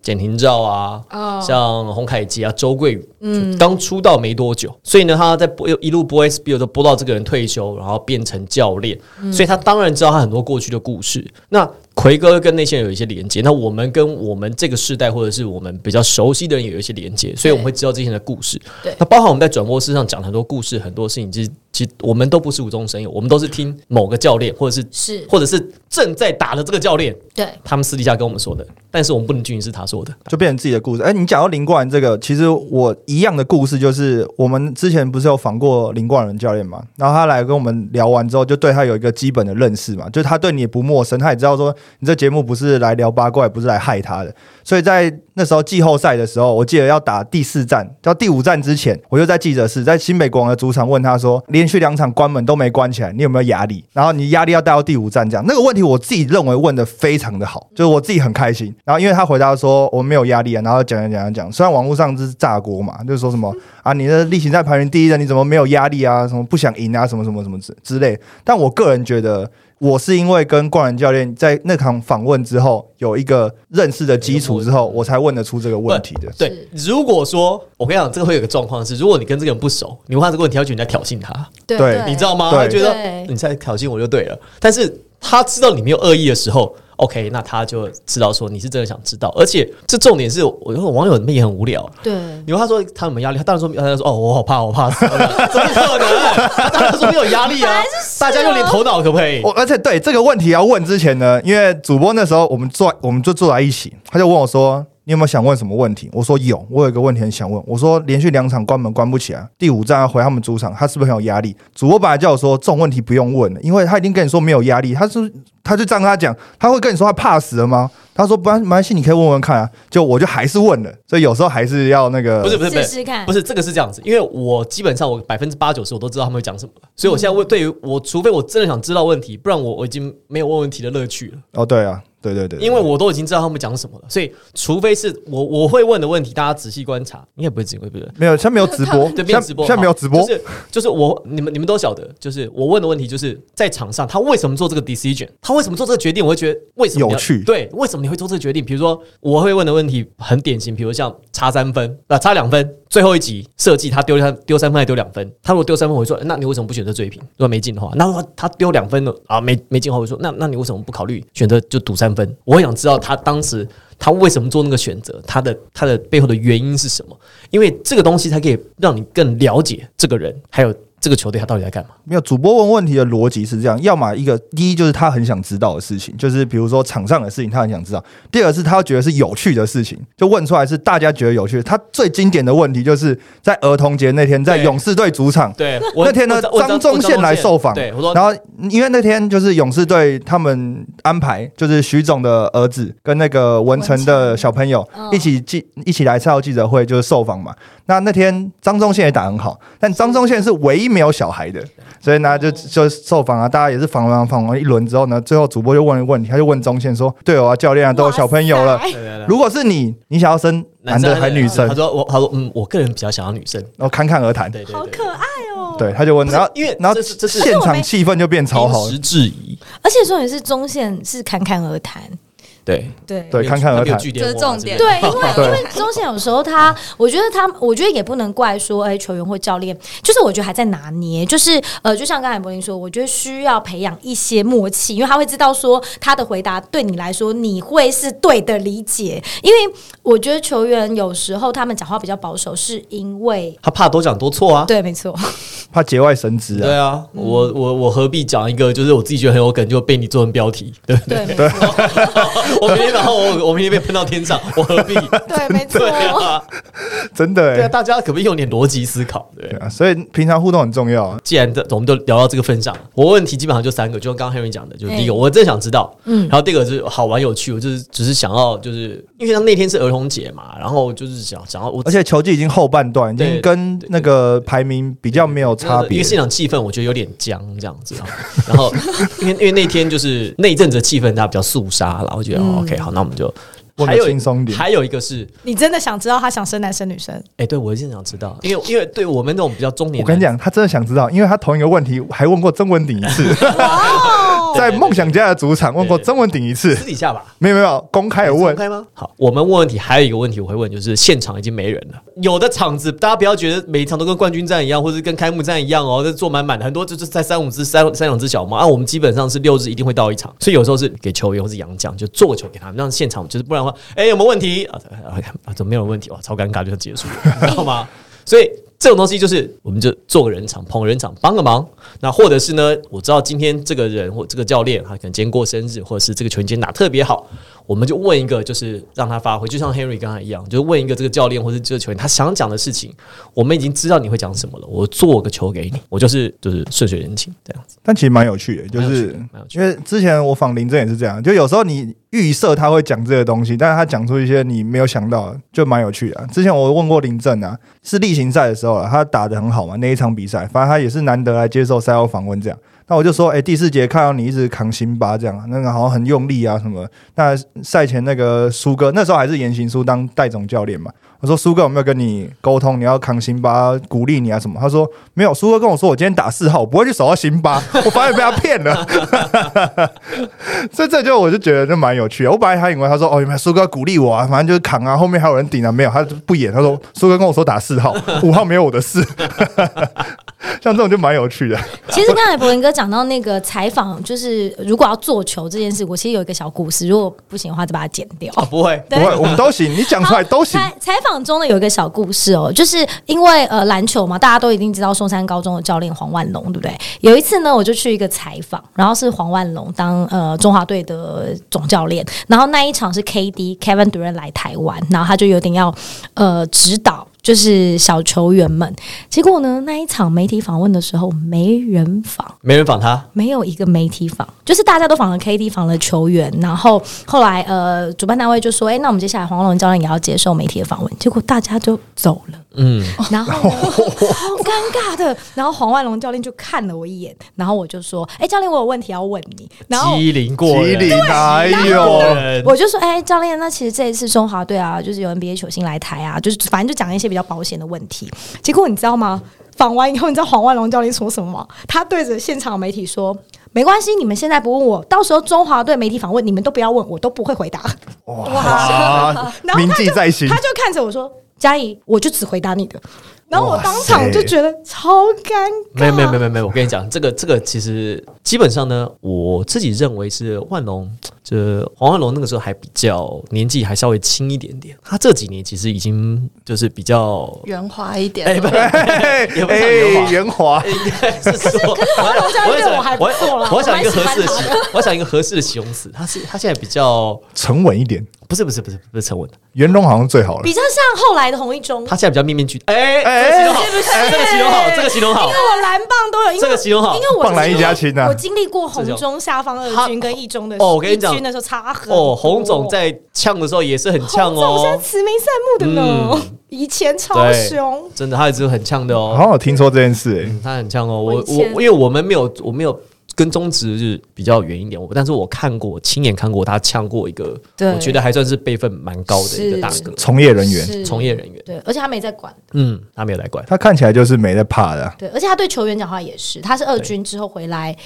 S2: 简廷照啊，
S1: 哦
S2: 像洪凯杰啊、周桂宇，嗯，刚出道没多久，所以呢，他在播一路播 SBO 都播到这个人退休，然后变成教练，所以他当然知道他很多过去的故事。那奎哥跟那些人有一些连接，那我们跟我们这个世代或者是我们比较熟悉的人也有一些连接，所以我们会知道这些人的故事。
S1: 对
S2: 那包含我们在转播室上讲很多故事，很多事情，其实其实我们都不是无中生有，我们都是听某个教练或者是
S1: 是
S2: 或者是正在打的这个教练，
S1: 对。
S2: 他们私底下跟我们说的，但是我们不能均匀是他说的。
S3: 就变成自己的故事。哎、你讲到林冠伦这个，其实我一样的故事就是，我们之前不是有访过林冠伦教练嘛，然后他来跟我们聊完之后，就对他有一个基本的认识嘛，就是他对你也不陌生，他也知道说你这节目不是来聊八卦，也不是来害他的。所以在那时候季后赛的时候，我记得要打第四战，到第五战之前，我就在记者室，在新北国王的主场问他说，连续两场关门都没关起来，你有没有压力？然后你压力要带到第五战这样，那个问题我自己认为问的非常的好，就是我自己很开心。然后因为他回答说我没有压力啊，然后讲讲讲讲讲，虽然网络上这是炸锅嘛，就是说什么啊，你的例行赛排名第一的，你怎么没有压力啊？什么不想赢啊？什么什么什么之之类。但我个人觉得。我是因为跟冠伦教练在那场访问之后有一个认识的基础之后，我才问得出这个问题的。
S2: 对，如果说我跟你讲，这个会有个状况是，如果你跟这个人不熟，你问他这个问题，他会觉得你在挑衅他，
S1: 对
S3: 对
S2: 你知道吗？
S3: 对
S2: 他觉得
S1: 对
S2: 你在挑衅我就对了。但是他知道你没有恶意的时候，OK，那他就知道说你是真的想知道。而且这重点是，我觉得网友们也很无聊。
S1: 对，
S2: 你问他说他有没有压力，他当然说，他说哦，我好怕，我怕死，怎么可能？他当然说没有压 力啊，大家用点头脑可不可以？
S3: 我而且对这个问题要问之前呢，因为主播那时候我们坐，我们就坐在一起，他就问我说：“你有没有想问什么问题？”我说：“有，我有一个问题很想问。”我说：“连续两场关门关不起来，啊第五站要回他们主场，他是不是很有压力？”主播本来叫我说这种问题不用问了，因为他已经跟你说没有压力，他是他就这样跟他讲，他会跟你说他怕死了吗？他说：“不然没关系，你可以问问看啊。”就我就还是问了，所以有时候还是要那个
S2: 不是不是不
S1: 试
S2: 是，
S1: 试看
S2: 不。是这个是这样子，因为我基本上我百分之八九十我都知道他们会讲什么了，所以我现在问对于我，除非我真的想知道问题，不然我我已经没有问问题的乐趣了，
S3: 哦，对啊，对对对，对
S2: 因为我都已经知道他们讲什么了，所以除非是我我会问的问题，大家仔细观察，应该不会只会不会。
S3: 没有，现在没有直播，
S2: 对，
S3: 现
S2: 变
S3: 在
S2: 直播，
S3: 现在没有直播
S2: 就，是就是我你们你们都晓得，就是我问的问题就是在场上他为什么做这个 decision，他为什么做这个决定，我会觉得为什么你要
S3: 有趣
S2: 对，为什么你会做这个决定？比如说我会问的问题很典型，比如像差三分啊，差两分，最后一集设计他丢三丢三分还丢两分，他如果丢三分，我会说那你为什么不选择追平？如果没进的话，那如果他丢两分了啊没没进的话，我会说那那你为什么不考虑选择就赌三分？我很想知道他当时。他为什么做那个选择？他的他的背后的原因是什么？因为这个东西才可以让你更了解这个人，还有这个球队他到底在干嘛？
S3: 没有主播问问题的逻辑是这样：要么一个第一就是他很想知道的事情，就是比如说场上的事情，他很想知道；第二是他觉得是有趣的事情，就问出来是大家觉得有趣的。他最经典的问题就是在儿童节那天，在
S2: 对
S3: 勇士队主场，
S2: 对，我
S3: 那天呢
S2: 我知道我知道
S3: 张忠宪来受访
S2: 对，我说
S3: 然后因为那天就是勇士队他们安排，就是徐总的儿子跟那个文成的小朋友
S1: 文成嗯
S3: 一起记一起来赛后记者会，就是受访嘛。那那天张忠宪也打很好，但张忠宪是唯一没有小孩的，
S2: 嗯
S3: 所以呢就就受访啊，大家也是访完访完一轮之后呢，最后主播就问一个问题，他就问忠宪说：“对哦啊，教练啊，都有小朋友了，
S1: 哇塞
S2: 对啊对对
S3: 如果是你，你想要生男的还是女
S2: 他
S3: 生哦
S2: 说我他说嗯，我个人比较想要女生，？”
S3: 然后侃侃而谈，
S2: 对对
S1: 好
S2: 对
S1: 可爱哦、
S3: 对，，他就问，
S2: 不是
S3: 然后
S2: 因为
S3: 然后
S2: 这是这是
S3: 现场气氛就变超好
S2: 因，时质疑，
S1: 而且重点是中线是侃侃而谈，
S2: 对
S1: 对
S3: 对侃侃而谈
S2: 啊这
S4: 这是重点。
S1: 对，因为
S3: 对
S1: 因为中线有时候他，我觉得他，我觉得也不能怪说，哎、球员或教练，就是我觉得还在拿捏，就是呃，就像刚才柏林说，我觉得需要培养一些默契，因为他会知道说他的回答对你来说你会是对的理解，因为我觉得球员有时候他们讲话比较保守，是因为
S2: 他怕多讲多错啊。
S1: 对，没错，
S3: 怕节外生枝啊
S2: 对。啊，我我我何必讲一个就是我自己觉得很有梗，就被你做成标题？ 对，
S1: 对，没错，
S2: 我明天然后我我明天被喷到天上，我何必？
S1: 对，没 错
S2: 对。啊，
S3: 真的、
S2: 对啊，
S3: 欸，
S2: 大家可不可以用点逻辑思考？对
S3: 对。啊，所以平常互动很重要啊。
S2: 既然这我们都聊到这个份上，我问题基本上就三个，就刚刚 Henry 讲的，就是第一个，
S1: 哎
S2: 我真的想知道，嗯
S1: 嗯，
S2: 然后第二个就是好玩有趣，我就是只是想要，就是因为像那天是儿童节嘛，然后就是想想要我
S3: 而且球季已经后半段，已
S2: 对
S3: 经跟那个排名比较没有差
S2: 因
S3: 别
S2: 为。现场气氛我觉得有点僵这样 子啊，然后因为因为那天就是那一阵子的气氛大家比较肃杀啦，我觉得、
S1: 嗯
S2: 哦 OK 好，那我们就
S3: 问
S2: 还
S3: 个
S2: 有
S3: 轻松点
S2: 还有一个是，
S1: 你真的想知道他想生男生女生？
S2: 哎、对我现想知道，因为因为对我们那种比较中年，
S3: 我跟你，讲，他真的想知道，因为他同一个问题还问过曾文鼎一次，在梦想家的主场问过曾文鼎一次，
S2: 私底下吧。
S3: 没有没有公开有问，
S2: 开吗？好，我们问问题还有一个问题我会问，就是现场已经没人了。有的场子大家不要觉得每一场都跟冠军战一样，或者跟开幕战一样哦，这坐满满的，很多就是在三五只三三两只小猫啊。我们基本上是六只一定会到一场，所以有时候是给球员或是洋将就做个球给他们，让现场就是不然的话，哎、有没有问题啊？啊啊怎么没有问题？哇，超尴尬，就结束了， 你知道吗？所以这种东西就是，我们就做个人场，捧个人场，帮个忙。那或者是呢，我知道今天这个人或这个教练，他可能今天过生日，或者是这个球员今天打特别好，我们就问一个，就是让他发挥，就像 Henry 刚才一样，就问一个这个教练或是这个球员他想讲的事情，我们已经知道你会讲什么了，我做个球给你，我就是就是顺水人情这样子。
S3: 但其实蛮有趣的，就
S2: 蛮有趣
S3: 是
S2: 的蛮有趣
S3: 因为之前我访林正也是这样，就有时候你预设他会讲这个东西，但是他讲出一些你没有想到的，就蛮有趣的啊、之前我问过林正啊，是例行赛的时候啊，他打的很好嘛，那一场比赛，反正他也是难得来接受赛后访问这样。那我就说，哎、第四节看到你一直扛辛巴这样啊，那个好像很用力啊什么。那赛前那个苏哥那时候还是严行苏当代总教练嘛，我说苏哥有没有跟你沟通？你要扛辛巴，鼓励你啊什么？他说没有。苏哥跟我说，我今天打四号，我不会去守到辛巴。我发现被他骗了，所以这就我就觉得就蛮有趣的。我本来还以为他说哦，原来苏哥鼓励我啊，反正就是扛啊，后面还有人顶啊，没有，他就不演。他说苏哥跟我说打 四号，五号没有我的事。 像这种就蛮有趣的，
S1: 其实刚才博文哥讲到那个采访，就是如果要做球这件事，我其实有一个小故事，如果不行的话就把它剪掉。
S2: 啊，不会，
S3: 不
S1: 对
S3: 会，我们都行，你讲出来都行。
S1: 采采访中呢有一个小故事哦，就是因为呃篮球嘛，大家都一定知道松山高中的教练黄万龙，对不对？有一次呢，我就去一个采访，然后是黄万龙当呃中华队的总教练，然后那一场是 KD Kevin Durant 来台湾，然后他就有点要呃指导。就是小球员们，结果呢，那一场媒体访问的时候没人访，
S2: 没人仿他，
S1: 没有一个媒体访，就是大家都访了 KD，访了球员，然后后来呃，主办单位就说，哎、那我们接下来黄龙教练也要接受媒体的访问，结果大家就走了，
S2: 嗯，
S1: 然后呢好尴尬的，然后黄万龙教练就看了我一眼，然后我就说，哎、教练，我有问题要问你，然后。
S2: 机灵过人，
S3: 机灵哎呦
S2: 过人
S1: 我就说，哎、教练，那其实这一次中华队啊，就是有 NBA 球星来台啊，就是反正就讲一些比较保险的问题。结果你知道吗？访完以后，你知道黄万龙教练说什么吗？他对着现场媒体说：“没关系，你们现在不问我，到时候中华队媒体访问，你们都不要问我，都不会回答。
S3: 哇
S1: 然后
S3: 铭
S1: 他
S3: 记
S1: 就
S3: 在心
S1: 他。就看着我说：“嘉怡，我就只回答你的。”
S5: 然后我当场就觉得超尴尬。
S2: 没有没有没有没有，我跟你讲，这个这个其实基本上呢，我自己认为是万隆，这黄万隆那个时候还比较年纪还稍微轻一点点，他这几年其实已经就是比较。
S4: 圆滑一点。
S2: 哎，不，也不像刘
S3: 哎，
S2: 华，
S3: 圆滑，
S2: 应该是说，我要
S1: 这样对我还不
S2: 我
S1: 错啦
S2: 要我要想一个合
S1: 我蛮
S2: 适的
S1: 喜
S2: 形
S1: 欢，
S2: 我要想一个合适的形容词。他是他现在比较
S3: 沉稳一点。
S2: 不是不是不是不是沉稳，
S3: 圆融好像最好了
S1: 比。较像后来的洪一中。
S2: 他现在比较面面俱到。哎
S3: 哎
S2: 哎，这个形容好，哎这个形容好，这个形容好
S1: 因为，我蓝棒都有，因
S2: 这
S1: 为
S2: 个形容好
S1: 因。为我
S3: 棒来一家亲啊
S1: 我经历过红中下方二军跟一中的
S2: 哦我跟你讲
S1: 一军的时候差很多
S2: 哦，洪总在呛的时候也是很呛
S5: 洪总现在
S2: 哦，
S5: 慈眉善目的呢，以前超
S2: 对
S5: 凶，
S2: 真的，他也是很呛的
S3: 好
S2: 哦，
S3: 像有听说这件事、欸，
S2: 嗯他很呛哦。
S5: 我
S2: 我
S5: 以
S2: 我
S5: 前
S2: 因为我们没有我没有跟中职是比较远一点，我但是我看过亲眼看过他呛过一个，
S1: 对
S2: 我觉得还算是辈分蛮高的一个
S1: 是
S2: 大哥，
S3: 从业人员，
S1: 是
S2: 从业人员。
S1: 对，而且他没在管，
S2: 嗯，他没有来管。
S3: 他看起来就是没在怕的啊、
S1: 对，而且他对球员讲话也是，他是二军之后回来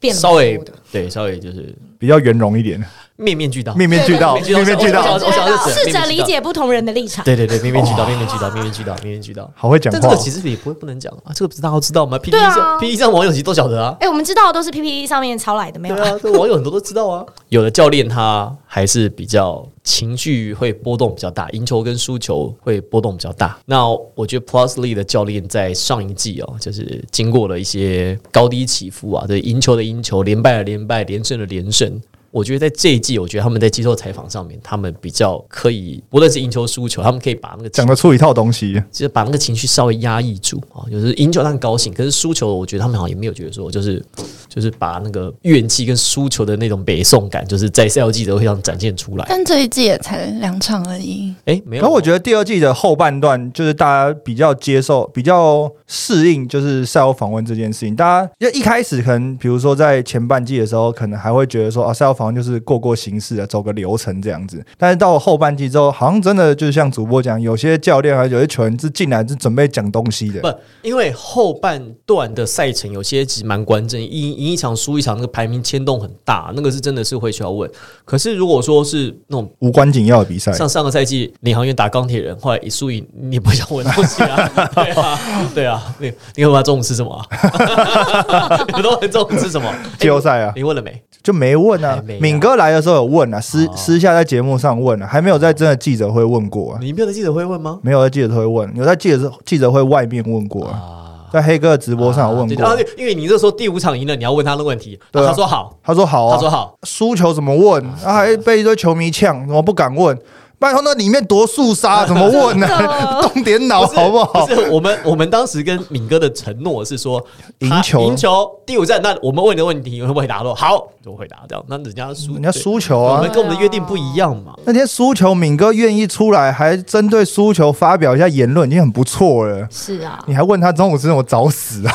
S1: 变了
S2: 稍微
S1: 蛮多的
S2: 对，稍微就是
S3: 比较圆融一点，
S2: 面面俱到，
S3: 面面俱到，
S2: 对对
S3: 面
S2: 对
S3: 面俱
S2: 我
S3: 到，
S2: 想我想是指
S1: 试着理解不同人的立场。
S2: 对对对，面面俱到，面面俱到，面面俱到，面面俱到。
S3: 好会讲
S2: 但这
S3: 话哦
S2: 个。其实也不会不能讲啊，这个不是大家都知道吗？P P
S1: 对啊
S2: 上 P P 上网友其实都晓得啊，
S1: 哎，我们知道的都是 PPT 上面抄来的，没有
S2: 对
S1: 啊？
S2: 啊，这网友很多都知 道啊。有的教练他还是比较情绪会波动比较大，赢球跟输球会波动比较大。那我觉得 Plusley 的教练在上一季哦，就是经过了一些高低起伏啊，对赢球的赢球，连败的连败，连胜的连胜。我觉得在这一季，我觉得他们在接受采访上面，他们比较可以，不论是赢球输球，他们可以把那个
S3: 讲得出一套东西，
S2: 就是把那个情绪稍微压抑住啊，就是赢球他很高兴，可是输球，我觉得他们好像也没有觉得说，就是就是把那个怨气跟输球的那种北宋感，就是在赛后记者会上展现出来。
S4: 但这一季也才两场而已，
S2: 哎、没有，
S3: 可我觉得第二季的后半段，就是大家比较接受、比较适应，就是赛后访问这件事情。大家因为一开始可能，比如说在前半季的时候，可能还会觉得说啊，赛后访问就是过过形式啊，走个流程这样子。但是到了后半季之后，好像真的就是像主播讲，有些教练还有有些球员是进来是准备讲东西的，
S2: 不，因为后半段的赛程有些其实蛮关键，赢赢一场输一场，那个排名牵动很大，那个是真的是会需要问。可是如果说是那种
S3: 无关紧要的比赛。
S2: 像上个赛季领航员打钢铁人，后来一输赢，你也不想问东西 啊？对啊，对啊，你你问他中午吃什么、啊？你们都很中午吃什么？哎
S3: 季后赛啊
S2: 你问了没？
S3: 就没问啊
S2: 还没啊，
S3: 敏哥来的时候有问啊，私
S2: 哦
S3: 私下在节目上问啊，还没有在真的记者会问过啊，
S2: 你没有的记者会问吗？
S3: 没有在记者会问，有在记者记者会外面问过啊，
S2: 啊，
S3: 在黑哥的直播上有问
S2: 对啊
S3: 过，
S2: 对，因为你这时候第五场赢了，你要问他的问题，
S3: 嗯对啊
S2: 他说好，
S3: 他说好
S2: 他
S3: 啊
S2: 说，好，
S3: 输球怎么问？啊，还被一堆球迷呛，怎么不敢问？拜托，那里面多 肃杀，啊怎么问呢、 动点脑好不好？
S2: 哦是我们我们当时跟敏哥的承诺是说，
S3: 赢
S2: 他
S3: 球
S2: 赢球第五站，那我们问你的问题，你会不会答？说好，就回答这样。那人家输，
S3: 人家
S2: 对
S3: 输球
S2: 我
S3: 啊
S2: 们！跟我们的约定不一样嘛。
S3: 那天输球，敏哥愿意出来，还针对输球发表一下言论，已经很不错了。
S1: 是啊，
S3: 你还问他中午吃什么，找 死啊！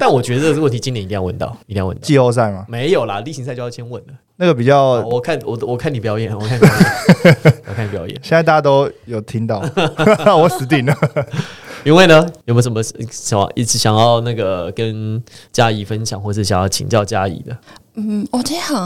S2: 但我觉得这个问题今年一定要问到，一定要问到。
S3: 季后赛嘛，
S2: 没有啦，例行赛就要先问了。
S3: 那个比
S2: 哦
S3: 较，
S2: 我看我我看你表演，我看你表演，我看你表演。
S3: 现在大家都有听到， 我死定 了。
S2: 因为呢，有没有什么想要一直想要那个跟嘉怡分享，或是想要请教嘉怡的？
S4: 嗯，我其实很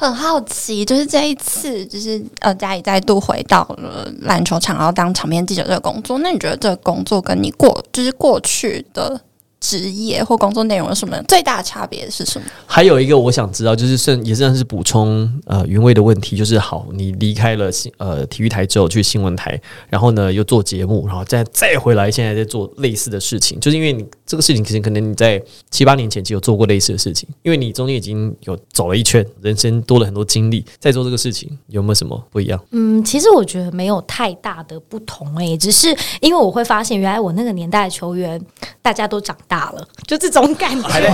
S4: 很好 奇，就是这一次，就是呃，嘉怡再度回到了篮球场，然后当场面记者这个工作。那你觉得这个工作跟你过就是过去的职业或工作内容有什么最大的差别是什么？
S2: 还有一个我想知道，就是算也算是补充呃云卫的问题，就是好，你离开了新呃体育台之后去新闻台，然后呢又做节目，然后再再回来，现在在做类似的事情，就是因为你这个事情其实可能你在七八年前就有做过类似的事情，因为你中间已经有走了一圈，人生多了很多经历，再做这个事情有没有什么不一样？
S1: 嗯，其实我觉得没有太大的不同诶、只是因为我会发现，原来我那个年代的球员大家都长大了，就这种感觉。
S2: 还在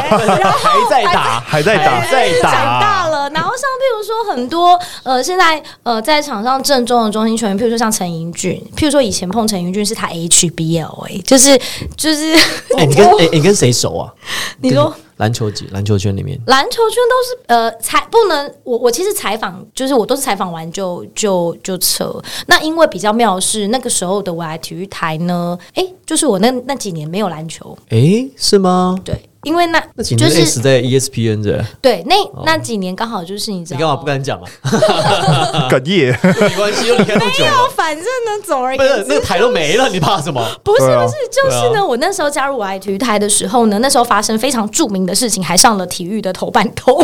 S2: 打，
S3: 还在打
S2: 啊还在
S1: 长大了，然后像譬如说很多呃，现在呃在场上正中的中心球员，譬如说像陈英俊，譬如说以前碰陈英俊是他 HBL 哎、就是就是
S2: 哎、你跟哎、你跟谁熟啊？
S1: 你说
S2: 跟篮球界、篮球圈里面，
S1: 篮球圈都是呃采不能，我我其实采访就是我都是采访完就就就撤。那因为比较妙的是那个时候的我来体育台呢，诶，就是我那那几年没有篮球，
S2: 哎、是吗？
S1: 对，因为那
S2: 那几
S1: 就
S2: 年
S1: 是
S2: 死在 E ESPN 的，
S1: 对那那几年刚好就是你知
S2: 你
S1: 道，
S2: 干嘛不？敢讲啊？
S3: 哽咽。
S2: 没关系，又离开那么久了，
S5: 反正呢，总而
S2: 不
S5: 言
S2: 是那
S5: 之，
S2: 个台都没了，你怕什么？
S1: 不是
S3: 对啊
S1: 不是，就是
S2: 对
S1: 呢，我那时候加入我爱体育台的时候呢，那时候发生非常著名的事情，还上了体育的头版头，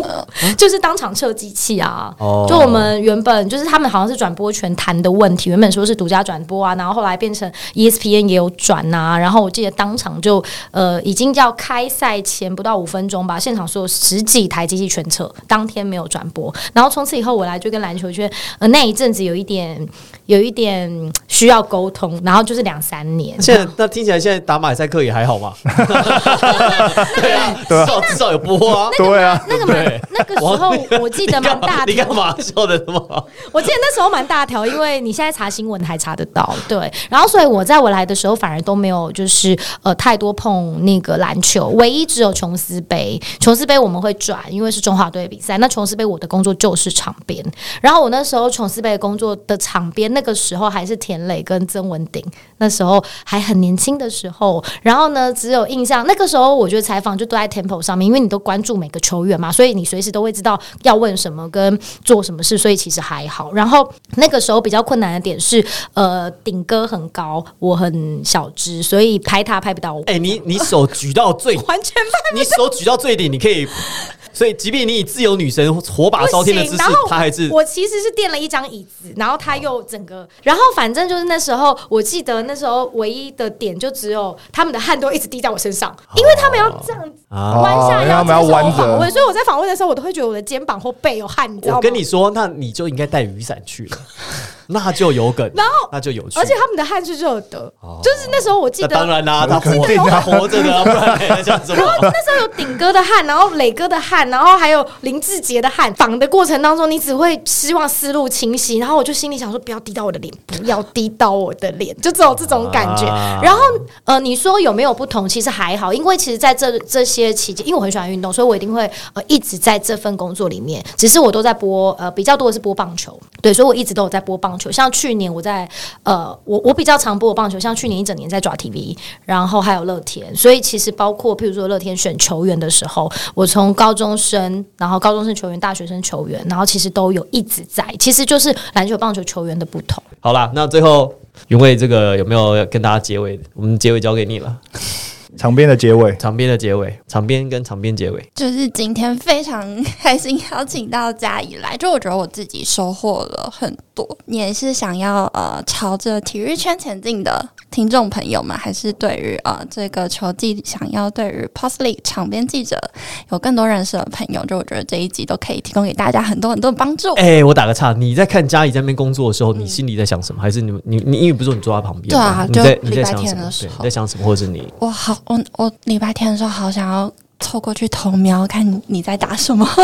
S3: 嗯
S1: 就是当场撤机器啊。
S2: 哦
S1: 就我们原本就是他们好像是转播权谈的问题，原本说是独家转播啊，然后后来变成 E ESPN 也有转呐、然后我记得当场就呃已经要开赛前不到五分钟吧，现场所有十几台机器全撤，当天没有转播。然后从此以后我来就跟篮球圈呃那一阵子有一点有一点嗯需要沟通，然后就是两三年。
S2: 现在那听起来现在打马赛克也还好 嘛？对啊，至少至少有播啊。
S3: 对啊，
S1: 那个
S2: 对
S1: 蛮那个时候
S2: 我，
S1: 我记得
S2: 你干
S1: 蛮
S2: 嘛
S1: 大
S2: 你干
S1: 条，
S2: 嘛笑的那么好？
S1: 我记得那时候蛮大条，因为你现在查新闻还查得到，对。然后，所以我在我来的时候，反而都没有就是呃太多碰那个篮球，唯一只有琼斯杯，琼斯杯我们会转，因为是中华队比赛。那琼斯杯我的工作就是场边，然后我那时候琼斯杯的工作的场边，那个时候还是田磊跟曾文鼎，那时候还很年轻的时候，然后呢，只有印象那个时候，我觉得采访就都在 Temple 上面，因为你都关注每个球员嘛，所以你随时都会知道要问什么跟做什么事，所以其实还好。然后那个时候比较困难的点是，呃，顶哥很高，我很小只，所以拍他拍不到我。
S2: 哎，你你手举到最，
S5: 完全
S2: 你手举到最顶，你可以。所以，即便你以自由女神火把
S1: 不
S2: 烧
S1: 行，
S2: 天的姿势
S1: 然后，
S2: 他还是
S1: 我其实是垫了一张椅子，然后他又整个，然后反正就是那时候，我记得那时候唯一的点就只有他们的汗都一直滴在我身上，
S2: 哦
S1: 因为他们要这样子
S2: 啊。
S1: 弯
S3: 哦
S1: 下
S3: 因为
S1: 腰
S3: 他们要
S1: 接受
S3: 弯
S1: 访
S3: 着
S1: 问，所以我在访问的时候，我都会觉得我的肩膀或背有汗，你知道吗？
S2: 我跟你说，那你就应该带雨伞去了， 那就有梗，
S1: 然后
S2: 那就有趣。
S1: 而且他们的汗是热的，就是那时候我记
S2: 哦那
S1: 得
S2: 当然啦，他
S3: 肯
S2: 活
S3: 定
S2: 他
S3: 啊
S2: 活着的啊，不 然还讲什么？
S1: 哦那时候有顶哥的汗，然后磊哥的汗，然后还有林志杰的汗。仿的过程当中，你只会希望思路清晰，然后我就心里想说，不要滴到我的脸，不要滴到我的脸，就只有这种感觉。
S2: 啊
S1: 然后呃，你说有没有不同？其实还好，因为其实在这这些期间，因为我很喜欢运动，所以我一定会呃一直在这份工作里面。只是我都在播呃比较多的是播棒球，对，所以我一直都有在播棒球。像去年我在呃我我比较常播棒球，像去年一整年在抓 TV，然后还有乐天，所以其实包括譬如说乐天选球员的时候，我从高中生，然后高中生球员、大学生球员，然后其实都有一直在，其实就是篮球、棒球球员的不同。
S2: 好啦，那最后云卫这个有没有要跟大家结尾的？我们结尾交给你了，
S3: 场边的结尾，
S2: 场边的结尾，场边跟场边结尾。
S4: 就是今天非常开心邀请到嘉怡来，就我觉得我自己收获了很多。你也是想要呃朝着体育圈前进的听众朋友们，还是对于呃这个球技想要对于 Post League 场边记者有更多认识的朋友，就我觉得这一集都可以提供给大家很多很多的帮助。
S2: 哎、我打个岔，你在看嘉怡在那边工作的时候，你心里在想什么？还是你你你因为不是说你坐在旁边
S4: 嗯对啊
S2: 吗，你
S4: 就
S2: 在你
S4: 礼
S2: 在
S4: 拜
S2: 想
S4: 天
S2: 什么？
S4: 的时
S2: 对，你
S4: 候
S2: 在想什么？或者是你
S4: 我好，我我礼拜天的时候好想要凑过去偷瞄，看你在打什么。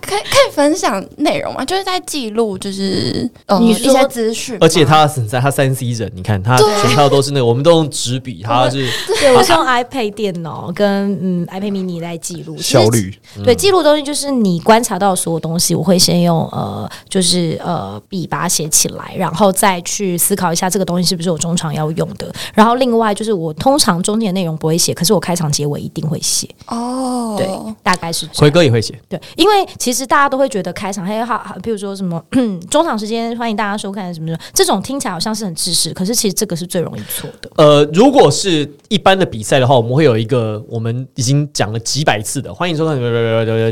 S4: 可以可以分享内容吗？就是在记录，就是呃
S1: 你
S4: 一
S1: 说
S4: 些资讯吗，
S2: 而且他很在他三 C 人，你看他全套都是那个，我们都用纸笔，他是
S1: 对，我是用 iPad 电脑跟嗯 iPad mini 来记录
S3: 效。率嗯
S1: 其实对，记录的东西就是你观察到的所有东西，我会先用呃，就是呃笔把它写起来，然后再去思考一下这个东西是不是我中场要用的。然后另外就是我通常中间的内容不会写，可是我开场结尾一定会写。
S4: 哦，
S1: 对，大概是这
S2: 辉
S1: 样。
S2: 哥也会写，
S1: 对，因为其实大家都会觉得开场还有好，比如说什么 中场时间欢迎大家收看什么什么，这种听起来好像是很知识，可是其实这个是最容易错的。
S2: 呃，如果是一般的比赛的话，我们会有一个我们已经讲了几百次的，欢迎收看。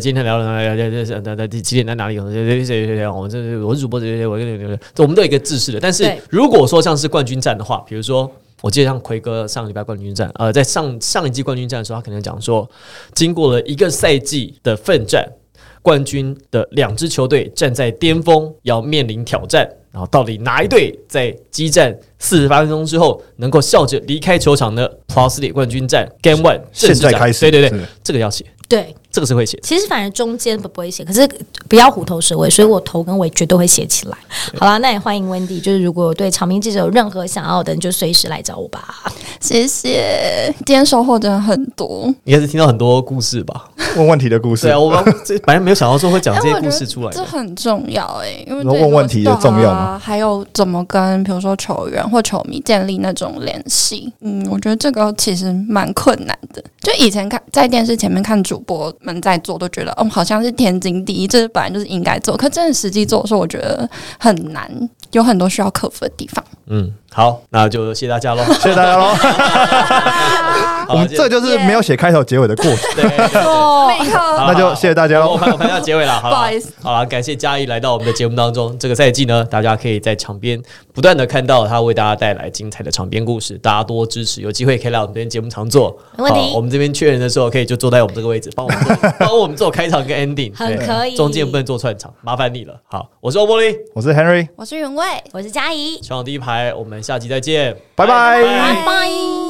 S2: 今天聊聊聊聊聊聊几点在哪里？谁谁谁我这我是主播，谁我跟我们都有一个制式的。但是如果说像是冠军战的话，比如说。我记得像奎哥上个礼拜冠军战，呃，在上上一季冠军战的时候，他可能讲说，经过了一个赛季的奋战，冠军的两支球队站在巅峰，要面临挑战。然后，到底哪一队在激战四十八分钟之后，能够笑着离开球场呢？Plus 里冠军战 Game One
S3: 现在
S2: 正式展
S3: 开始
S2: 对对
S3: 是
S2: 对，这个要写，
S1: 对，
S2: 这个是会写的。
S1: 其实反正中间不不会写，可是不要虎头蛇尾，所以我头跟尾绝对会写起来。好啦，那也欢迎 Wendy，就是如果对长命记者有任何想要的，你就随时来找我吧。
S4: 谢谢，今天收获真的很多。
S2: 你也是听到很多故事吧？
S3: 问问题的故事
S2: 对啊，，我们这本来没有想到说会讲这些故事出来
S4: 这
S2: 的。
S4: 很重要哎、因为
S3: 你说
S4: 对
S3: 问问题
S4: 对
S3: 的重要
S4: 啊
S3: 吗，
S4: 还有怎么跟比如说球员或球迷建立那种联系。嗯，我觉得这个其实蛮困难的。就以前看在电视前面看主播们在做，都觉得嗯好像是天经地义，这本来就是应该做。可真的实际做的时候，我觉得很难，有很多需要克服的地方。
S2: 嗯，好，那就谢谢大家喽。
S3: 谢谢大家喽。
S2: 好
S3: 我们
S2: 谢
S3: 这就是没有写开头结尾的过程，
S2: 对，对对
S1: 哦，
S4: 没错，
S2: 好
S3: 那就谢谢大家
S2: 我
S3: 喽。
S2: 看我看到结尾了，好
S4: 不好
S2: 了
S4: 意思，
S2: 好了，感谢嘉义来到我们的节目当中。这个赛季呢，大家可以在场边不断的看到他为大家带来精彩的场边故事，大家多支持，有机会可以来我们这边节目常做。
S1: 没问题
S2: 好我们这边缺人的时候，可以就坐在我们这个位置，帮我们做帮我们做开场跟 ending，
S1: 很
S2: 对
S1: 可以
S2: 中间不能做串场，麻烦你了。好，我是欧玻璃，
S3: 我是 Henry，
S4: 我是云卫。
S1: 我是佳怡，
S2: 全场第一排，我们下期再见，
S3: 拜拜
S1: 拜拜。